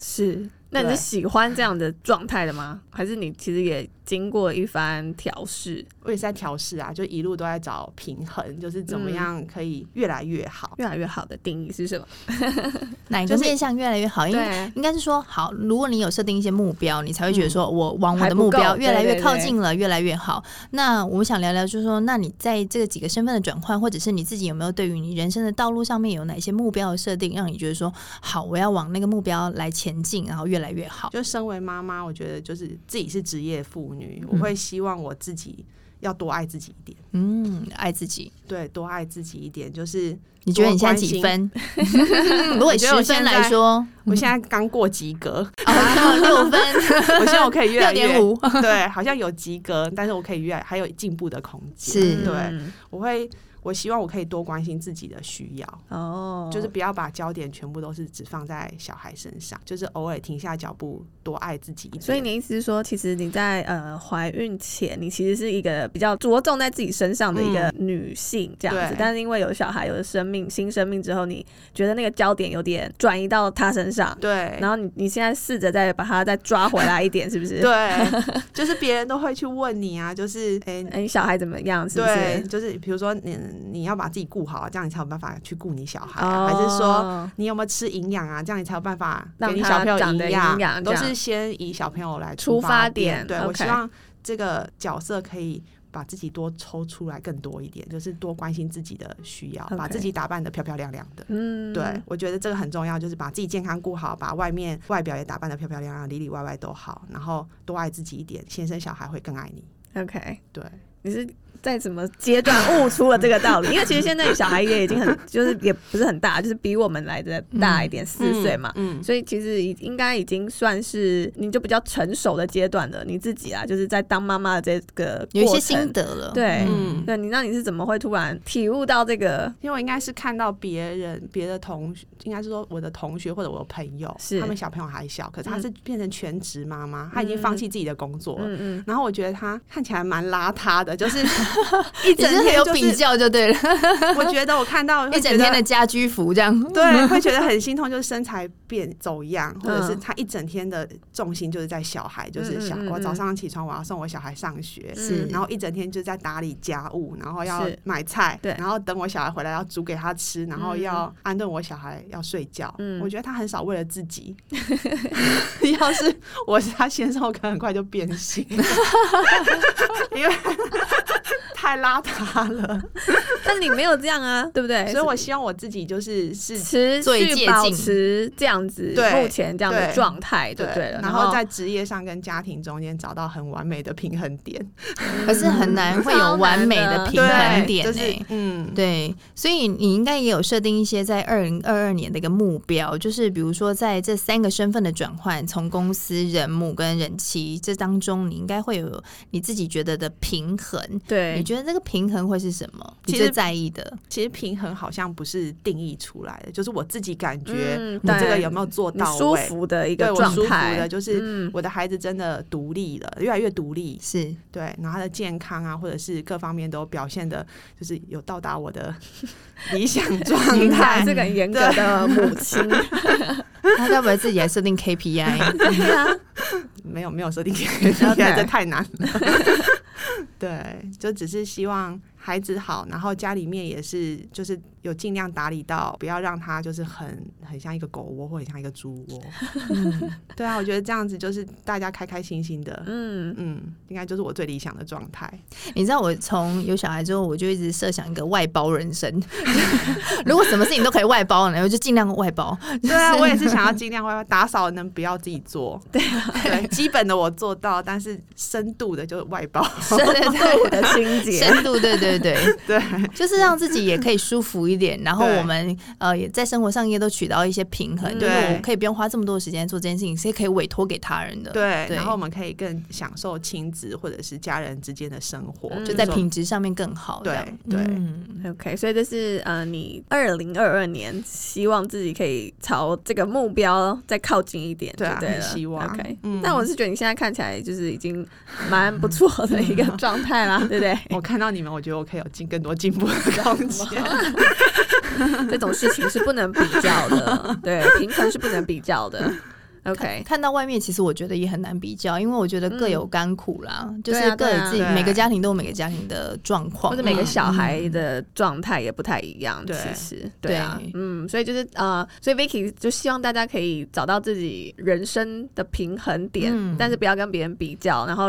Speaker 3: 是，那你是
Speaker 4: 对
Speaker 3: 喜欢这样的状态的吗？还是你其实也经过一番调试，
Speaker 4: 我也是在调试啊，就一路都在找平衡，就是怎么
Speaker 3: 嗯
Speaker 4: 样可以越来越好。
Speaker 3: 越来越好的定义是什么？
Speaker 1: 哪一个
Speaker 4: 就是
Speaker 1: 面向越来越好？
Speaker 4: 哎
Speaker 1: 因为
Speaker 3: 对，
Speaker 1: 应该是说，好，如果你有设定一些目标，你才会觉得说，我往我
Speaker 3: 还
Speaker 1: 的
Speaker 3: 不
Speaker 1: 目标
Speaker 3: 够
Speaker 1: 越来
Speaker 3: 对
Speaker 1: 越
Speaker 3: 对
Speaker 1: 靠
Speaker 3: 对
Speaker 1: 近了，越来越好。那我想聊聊，就是说，那你在这个几个身份的转换，或者是你自己有没有对于你人生的道路上面有哪些目标的设定，让你觉得说，好，我要往那个目标来前进，然后越来越好。
Speaker 4: 就身为妈妈，我觉得就是自己是职业妇
Speaker 3: 嗯
Speaker 4: 女，我会希望我自己要多爱自己一点，
Speaker 1: 嗯，爱自己。
Speaker 4: 对，多爱自己一点。就是
Speaker 1: 你觉得你现在几
Speaker 4: 多
Speaker 1: 分？如果以
Speaker 4: 我觉得
Speaker 1: 十
Speaker 4: 我现
Speaker 1: 分
Speaker 4: 在
Speaker 1: 来说，
Speaker 4: 我现在刚过及格，
Speaker 1: 哦，六分，
Speaker 4: 我希望我可以越
Speaker 1: 六
Speaker 4: 来越
Speaker 1: 点五，
Speaker 4: 对，好像有及格，但是我可以越来还有进步的空间。
Speaker 1: 是
Speaker 4: 对，
Speaker 3: 嗯
Speaker 4: 我会，我希望我可以多关心自己的需要。
Speaker 3: 哦，
Speaker 4: 就是不要把焦点全部都是只放在小孩身上，就是偶尔停下脚步，多爱自己一点。
Speaker 3: 所以你意思是说，其实你在呃怀孕前，你其实是一个比较着重在自己身上的一个女性这样子，
Speaker 4: 嗯对
Speaker 3: 但是因为有小孩，有了生命新生命之后，你觉得那个焦点有点转移到他身上，
Speaker 4: 对，
Speaker 3: 然后你你现在试着再把他再抓回来一点，是不是？
Speaker 4: 对，就是别人都会去问你啊，就是哎。
Speaker 3: 哎，你小孩怎么样？是不
Speaker 4: 对
Speaker 3: 是，？
Speaker 4: 就是比如说你你要把自己顾好，啊这样你才有办法去顾你小孩、啊，还是说
Speaker 3: 哦
Speaker 4: 你有没有吃营养啊？这样你才有办法给
Speaker 3: 让
Speaker 4: 你
Speaker 3: 他
Speaker 4: 小朋友
Speaker 3: 长得营
Speaker 4: 养，
Speaker 3: 养
Speaker 4: 都
Speaker 3: 这
Speaker 4: 是
Speaker 3: 样
Speaker 4: 先以小朋友来
Speaker 3: 出
Speaker 4: 发
Speaker 3: 发点
Speaker 4: 对我
Speaker 3: OK
Speaker 4: 希望这个角色可以。把自己多抽出来更多一点，就是多关心自己的需要
Speaker 3: OK
Speaker 4: 把自己打扮的漂漂亮亮的。
Speaker 3: 嗯，
Speaker 4: 对，我觉得这个很重要，就是把自己健康顾好，把外面外表也打扮的漂漂亮亮，里里外外都好，然后多爱自己一点，先生小孩会更爱你。
Speaker 3: ，OK，
Speaker 4: 对，
Speaker 3: 你是在什么阶段悟出了这个 道理？因为其实现在小孩也已经很，就是也不是很大，就是比我们来的大一点，四岁嘛。
Speaker 4: 嗯，
Speaker 3: 所以其实已应该已经算是你就比较成熟的阶段了，你自己啊，就是在当妈妈的这个
Speaker 1: 有一
Speaker 3: 过
Speaker 1: 些
Speaker 3: 程
Speaker 1: 心得了。
Speaker 3: 对
Speaker 4: 嗯
Speaker 3: 对，你那你是怎么会突然体悟到这个？
Speaker 4: 因为我应该是看到别人、别的同学，应该是说我的同学或者我的朋友，
Speaker 3: 是
Speaker 4: 他们小朋友还小，可是他
Speaker 3: 嗯
Speaker 4: 是变成全职妈
Speaker 5: 嗯
Speaker 4: 妈，她已经放弃自己的工作了。
Speaker 3: 嗯嗯，
Speaker 4: 然后我觉得她看起来蛮邋遢的，就是 一
Speaker 5: 也
Speaker 4: 整
Speaker 5: 是很
Speaker 4: 天
Speaker 5: 有
Speaker 4: 就
Speaker 5: 比
Speaker 4: 是，
Speaker 5: 较就对了，
Speaker 4: 我觉得我看到
Speaker 5: 一
Speaker 4: 会
Speaker 5: 整
Speaker 4: 觉
Speaker 5: 天的
Speaker 4: 得。
Speaker 5: 家居服这样。
Speaker 4: 对，会觉得很心痛，就是身材变走样，或者是
Speaker 3: 嗯
Speaker 4: 她一整天的重心就是在小孩，就是小
Speaker 3: 嗯嗯嗯
Speaker 4: 我
Speaker 3: 嗯
Speaker 4: 早上起床我要送我小孩上学，
Speaker 3: 是
Speaker 4: 然后一整天就在打理家务，然后要
Speaker 3: 是
Speaker 4: 买菜，
Speaker 3: 对
Speaker 4: 然后等我小孩回来要煮给他吃，然后
Speaker 3: 嗯
Speaker 4: 要安顿我小孩要睡觉。
Speaker 3: 嗯
Speaker 4: 我觉得他很少为了自 己。 要是我是他先生，我可能很快就变 心，因为太邋遢了。
Speaker 3: 但你没有这样啊，对不对？
Speaker 4: 所以我希望我自己就是是。
Speaker 3: 持
Speaker 1: 最接
Speaker 3: 续
Speaker 1: 近
Speaker 3: 保持这样子，
Speaker 4: 对
Speaker 3: 目前这样的
Speaker 4: 对
Speaker 3: 状态就对了。
Speaker 4: 然后在职业上跟家庭中间找到很完美的平衡 点，
Speaker 5: 可是很难会有完美的平衡点呢、
Speaker 3: 欸
Speaker 4: 对就是嗯，
Speaker 1: 欸对，所以你应该也有设定一些在二零二二年的一个目标，就是比如说在这三个身份的转换，从公司人母跟人妻这当中，你应该会有你自己觉得的平衡。你
Speaker 3: 对，
Speaker 1: 觉得这个平衡会是什么？你
Speaker 4: 其
Speaker 1: 最
Speaker 4: 实
Speaker 1: 在意的？
Speaker 4: 其实平衡好像不是定义出来的，就是我自己感觉
Speaker 3: 嗯
Speaker 4: 你这个
Speaker 3: 对
Speaker 4: 有没有做
Speaker 3: 你
Speaker 4: 到
Speaker 3: 舒
Speaker 4: 位，
Speaker 3: 服的一
Speaker 4: 对
Speaker 3: 个
Speaker 4: 我
Speaker 3: 状
Speaker 4: 舒服
Speaker 3: 态
Speaker 4: 的，就是
Speaker 3: 嗯，
Speaker 4: 我的孩子真的独立了，越来越独立，
Speaker 1: 是
Speaker 4: 对，然后他的健康啊，或者是各方面都表现的，就是有到达我的 理想状
Speaker 3: 你还
Speaker 4: 态。
Speaker 3: 是个很严格的母亲，
Speaker 1: 他该不会自己还设定 KPI？
Speaker 3: 对 啊，
Speaker 4: 没有没有设定 KPI，这太难了。 对，就只是希望孩子好，然后家里面也是，就是有尽量打理到，不要让他就是很很像一个狗窝或很像一个猪窝。对啊，我觉得这样子就是大家开开心心的，
Speaker 3: 嗯，
Speaker 4: 嗯，应该就是我最理想的状态。
Speaker 1: 你知道我从有小孩之后，我就一直设想一个外包人生。 如果什么事情都可以外包呢，我就尽量外包。
Speaker 4: 对啊，我也是想要尽量外包打扫，能不要自己做。对、对，基本的我做到，但是深度的就是外包。
Speaker 1: 对对对，
Speaker 3: 我的心 结，
Speaker 1: 深度，对对对，
Speaker 4: 对，
Speaker 1: 就是让自己也可以舒服一点，然后
Speaker 4: 对
Speaker 1: 我们呃也在生活上也都取到一些平衡，就是
Speaker 4: 对
Speaker 1: 我可以不用花这么多的时间做这件事情，是可以委托给他人的，
Speaker 4: 对，
Speaker 1: 对
Speaker 4: 然后我们可以更享受亲子或者是家人之间的生活，
Speaker 3: 嗯
Speaker 4: 就
Speaker 1: 就在平质上面更好。
Speaker 4: 对
Speaker 1: 这样
Speaker 4: 对
Speaker 1: 嗯
Speaker 3: OK，所以这是呃，你二零二二年希望自己可以朝这个目标再靠近一点，
Speaker 4: 对啊
Speaker 3: 对了
Speaker 4: 很希望
Speaker 3: OK，、
Speaker 4: 嗯
Speaker 3: 但我是觉得你现在看起来就是已经蛮不错的一 个状态啦，对不 对？
Speaker 4: 我看到你们，我觉得我可以有进更多进 步的空间。
Speaker 3: 这种事情是不能比较的，对，平衡是不能比较的。OK，
Speaker 1: 看到外面，其实我觉得也很难比较，因为我觉得
Speaker 4: 嗯
Speaker 1: 各有甘苦啦，就
Speaker 3: 对
Speaker 1: 是
Speaker 3: 啊
Speaker 1: 各
Speaker 3: 对
Speaker 1: 有
Speaker 3: 啊
Speaker 1: 自己、
Speaker 4: 对
Speaker 1: 每个家庭都有每个家庭的状况，
Speaker 3: 或者每个
Speaker 1: 嗯
Speaker 3: 小孩的状态也不太一样，
Speaker 4: 对
Speaker 3: 其实对啊
Speaker 1: 对，
Speaker 3: 嗯，所以就是呃，所以 Vicky 就希望大家可以找到自己人生的平衡点，
Speaker 1: 嗯
Speaker 3: 但是不要跟别人比较，然后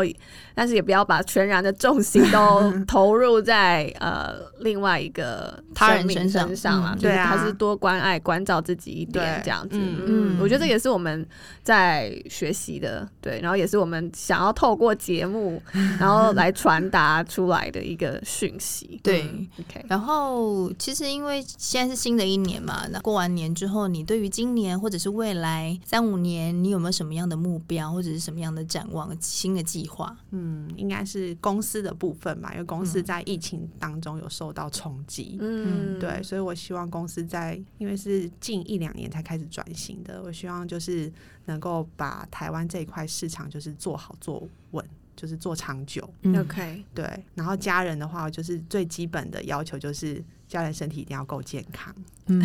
Speaker 3: 但是也不要把全然的重心都投入在呃另外一个
Speaker 1: 他人
Speaker 3: 生命
Speaker 1: 身上
Speaker 3: 身上啦，
Speaker 1: 嗯
Speaker 3: 就是
Speaker 4: 对啊
Speaker 3: 还是多关爱关照自己一点
Speaker 4: 对
Speaker 3: 这样子，
Speaker 4: 嗯
Speaker 3: 嗯，我觉得这也是我们在学习的，对，然后也是我们想要透过节目。 然后来传达出来的一个讯息。
Speaker 1: 对
Speaker 3: 嗯，OK，
Speaker 1: 然后，其实因为现在是新的一年嘛，那过完年之后，你对于今年或者是未来三五年，你有没有什么样的目标，或者是什么样的展望、新的计划？
Speaker 4: 嗯，应该是公司的部分吧，因为公司
Speaker 1: 嗯
Speaker 4: 在疫情当中有受到冲击。
Speaker 3: 嗯，
Speaker 4: 对，所以我希望公司在，因为是近一两年才开始转型的，我希望就是能够把台湾这一块市场就是做好做稳，就是做长久。
Speaker 3: 嗯，OK，
Speaker 4: 对，然后家人的话，就是最基本的要求就是家人身体一定要够健 康。
Speaker 1: 嗯，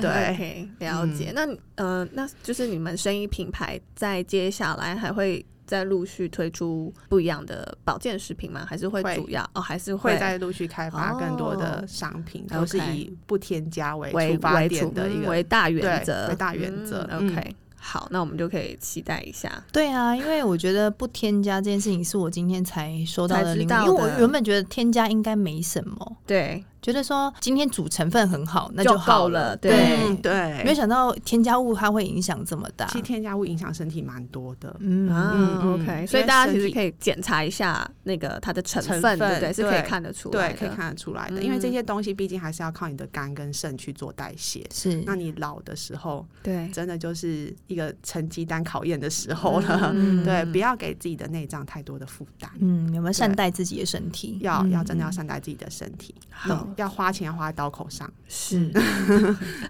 Speaker 4: 对，嗯
Speaker 3: ，OK，了解。那呃，那就是你们生意品牌在接下来还会再陆续推出不一样的保健食品吗？还是会
Speaker 4: 会
Speaker 3: 主要哦，还是
Speaker 4: 会再陆续开发更多
Speaker 3: 哦
Speaker 4: 的商品，都是
Speaker 3: OK
Speaker 4: 以不添加为
Speaker 3: 为
Speaker 4: 出发
Speaker 3: 为
Speaker 4: 点
Speaker 3: 主嗯
Speaker 4: 的一个
Speaker 3: 为大原
Speaker 4: 对
Speaker 3: 则，
Speaker 4: 为大原则
Speaker 3: 嗯
Speaker 4: 嗯
Speaker 3: OK，好，那我们就可以期待一下。
Speaker 1: 对啊，因为我觉得不添加这件事情是我今天才收到的
Speaker 3: 才知
Speaker 1: 领悟，
Speaker 3: 道
Speaker 1: 因为我
Speaker 3: 的
Speaker 1: 原本觉得添加应该没什么，
Speaker 3: 对，
Speaker 1: 觉得说今天主成分很好，那
Speaker 3: 就
Speaker 1: 好
Speaker 3: 够了对
Speaker 4: 嗯
Speaker 1: 对，没
Speaker 4: 对，
Speaker 1: 想到添加物它会影响这么大
Speaker 4: 其。实添加物影响身体蛮多的。
Speaker 1: 嗯
Speaker 3: 啊、
Speaker 4: 嗯嗯
Speaker 3: o
Speaker 4: 因
Speaker 3: k
Speaker 4: 为
Speaker 3: 所以大家其实
Speaker 4: 身体
Speaker 3: 可以检查一下那个它的成
Speaker 4: 成
Speaker 3: 分，对不
Speaker 4: 分
Speaker 3: 对？是可以
Speaker 4: 对
Speaker 3: 看得出来
Speaker 4: 对，
Speaker 3: 的。
Speaker 4: 可以看得出来的，因为这
Speaker 3: 嗯
Speaker 4: 些东西毕竟还是要靠你的肝跟肾去做代谢。
Speaker 1: 是
Speaker 4: 那你老的时候，
Speaker 3: 对，
Speaker 4: 真的就是一个成绩单考验的时候了。
Speaker 3: 嗯
Speaker 4: 对，不要给自己的内脏太多的负担，
Speaker 1: 嗯，有没有善
Speaker 4: 对
Speaker 1: 待自己的身体？
Speaker 4: 要要真的要
Speaker 1: 嗯
Speaker 4: 善待自己的身体。
Speaker 3: 好
Speaker 4: 嗯要花钱要花在刀口上，
Speaker 3: 是，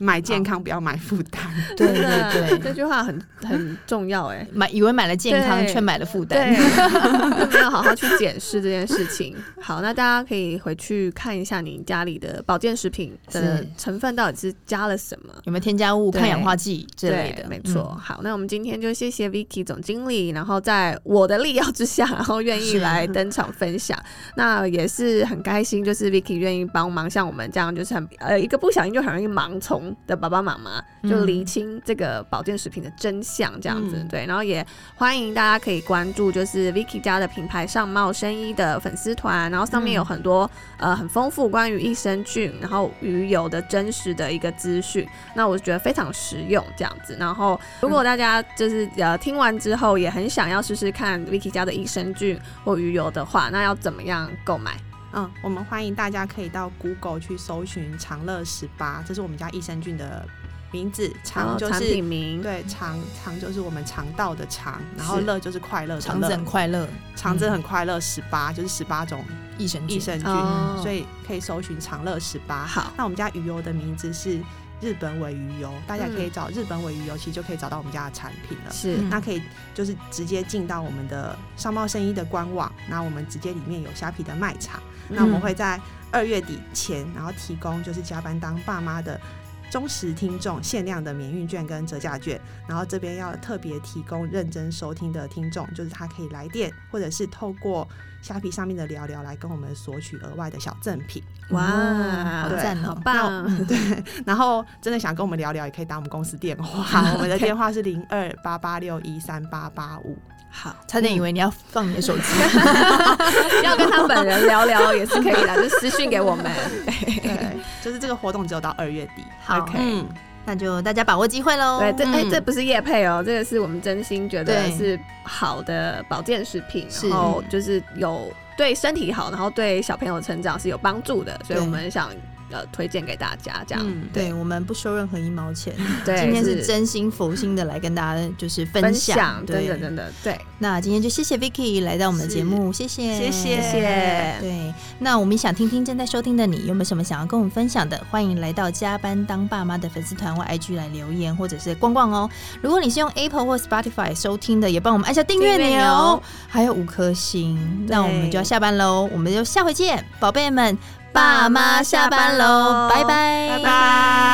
Speaker 4: 买健康不要买负担。
Speaker 1: 对
Speaker 3: 真的
Speaker 1: 对对，
Speaker 3: 这句话很很重要哎。
Speaker 1: 买以为买了健康，
Speaker 3: 对
Speaker 1: 却买了负
Speaker 3: 对
Speaker 1: 担。，
Speaker 3: 就没有好好去检视这件事情。好，那大家可以回去看一下你家里的保健食品的
Speaker 1: 是
Speaker 3: 成分到底是加了什么。
Speaker 1: 有没有添加物、
Speaker 3: 对
Speaker 1: 抗氧化剂之类
Speaker 3: 对
Speaker 1: 的？
Speaker 3: 没错。好，那我们今天就谢谢 Vicky 总经理，然后在我的力邀之下，然后愿意
Speaker 1: 是
Speaker 3: 来登场分享。那也是很开心，就是 Vicky 愿意帮忙，像我们这样就是很呃一个不小心就很容易盲从的爸爸妈妈，就
Speaker 1: 嗯
Speaker 3: 厘清这个保健食品的真相这样子。
Speaker 4: 嗯
Speaker 3: 对，然后也欢迎大家可以关注就是 Vicky 家的品牌上茂生医的粉丝团，然后上面
Speaker 1: 嗯
Speaker 3: 有很多、呃很丰富关于益生菌然后鱼油的真实的一个资讯。那我觉得非常实用这样子。然后如果大家就是呃听完之后也很想要试试看 Vicky 家的益生菌或鱼油的话，那要怎么样购买？
Speaker 4: 嗯，我们欢迎大家可以到 Google 去搜寻“长乐十八”，这是我们家益生菌的名字。
Speaker 3: 然后
Speaker 4: 长就
Speaker 3: 哦产
Speaker 4: 是
Speaker 3: 品名，
Speaker 4: 对长长就是我们肠道的肠，然后
Speaker 3: 是
Speaker 4: 乐就是快乐的
Speaker 1: 肠
Speaker 4: 乐
Speaker 1: 子很快乐，
Speaker 4: 长征很快乐十八就是十八种
Speaker 1: 益生
Speaker 4: 益
Speaker 1: 菌。
Speaker 4: 生菌，
Speaker 3: 嗯哦，
Speaker 4: 所以可以搜寻长乐十八。
Speaker 3: 好
Speaker 4: 那我们家鱼油的名字是日本尾鱼油，大家可以找日本尾鱼油，其实就可以找到我们家的产品了。
Speaker 3: 嗯是。
Speaker 1: 嗯
Speaker 4: 那可以就是直接进到我们的商贸生意的官网，那我们直接里面有虾皮的卖场，那
Speaker 3: 嗯
Speaker 4: 我们会在二月底前，然后提供就是加班当爸妈的。忠实听众限量的免运券跟折价券，然后这边要特别提供认真收听的听众，就是他可以来电或者是透过虾皮上面的聊聊来跟我们索取额外的小赠品。
Speaker 3: 哇，
Speaker 1: 好
Speaker 4: 对
Speaker 1: 赞
Speaker 3: 好
Speaker 1: 哦！
Speaker 3: 棒！
Speaker 4: 然后真的想跟我们聊聊，也可以打我们公司电话，我们的电话是零二八八六一三八八五。
Speaker 3: 好，
Speaker 1: 差点以为你要放你的手 机，
Speaker 3: 要跟他本人聊聊也是可以的，就私讯给我们。
Speaker 4: 对，就是这个活动只有到二月底。
Speaker 1: 好
Speaker 3: OK
Speaker 4: 嗯，
Speaker 1: 那就大家把握机会喽。
Speaker 3: 对，这哎、
Speaker 4: 嗯
Speaker 3: 这不是叶配哦，这个是我们真心觉得
Speaker 1: 对
Speaker 3: 是好的保健食品，
Speaker 1: 是
Speaker 3: 然后就是有对身体好，然后对小朋友成长是有帮助的，所以我
Speaker 1: 对
Speaker 3: 们想呃推荐给大家这样。
Speaker 4: 嗯
Speaker 1: 对我们不收任何一毛钱，
Speaker 3: 对，
Speaker 1: 今天是真心佛心的来跟大家就是
Speaker 3: 分
Speaker 1: 分
Speaker 3: 享，真的
Speaker 1: 对，
Speaker 3: 真的对，
Speaker 1: 那今天就谢谢 Vicky 来到我们的节目，谢谢，
Speaker 4: 谢谢
Speaker 3: 谢谢。
Speaker 1: 对，那我们想听听正在收听的你有没有什么想要跟我们分享的？欢迎来到加班当爸妈的粉丝团或 IG 来留言，或者是逛逛哦。如果你是用 Apple 或 Spotify 收听的，也帮我们按下订阅
Speaker 3: 订阅
Speaker 1: 钮
Speaker 3: 钮，
Speaker 1: 还有五颗星。那我们
Speaker 3: 对
Speaker 1: 就要下班喽，我们就下回见，宝贝们，爸妈下班喽，拜拜，
Speaker 3: 拜拜。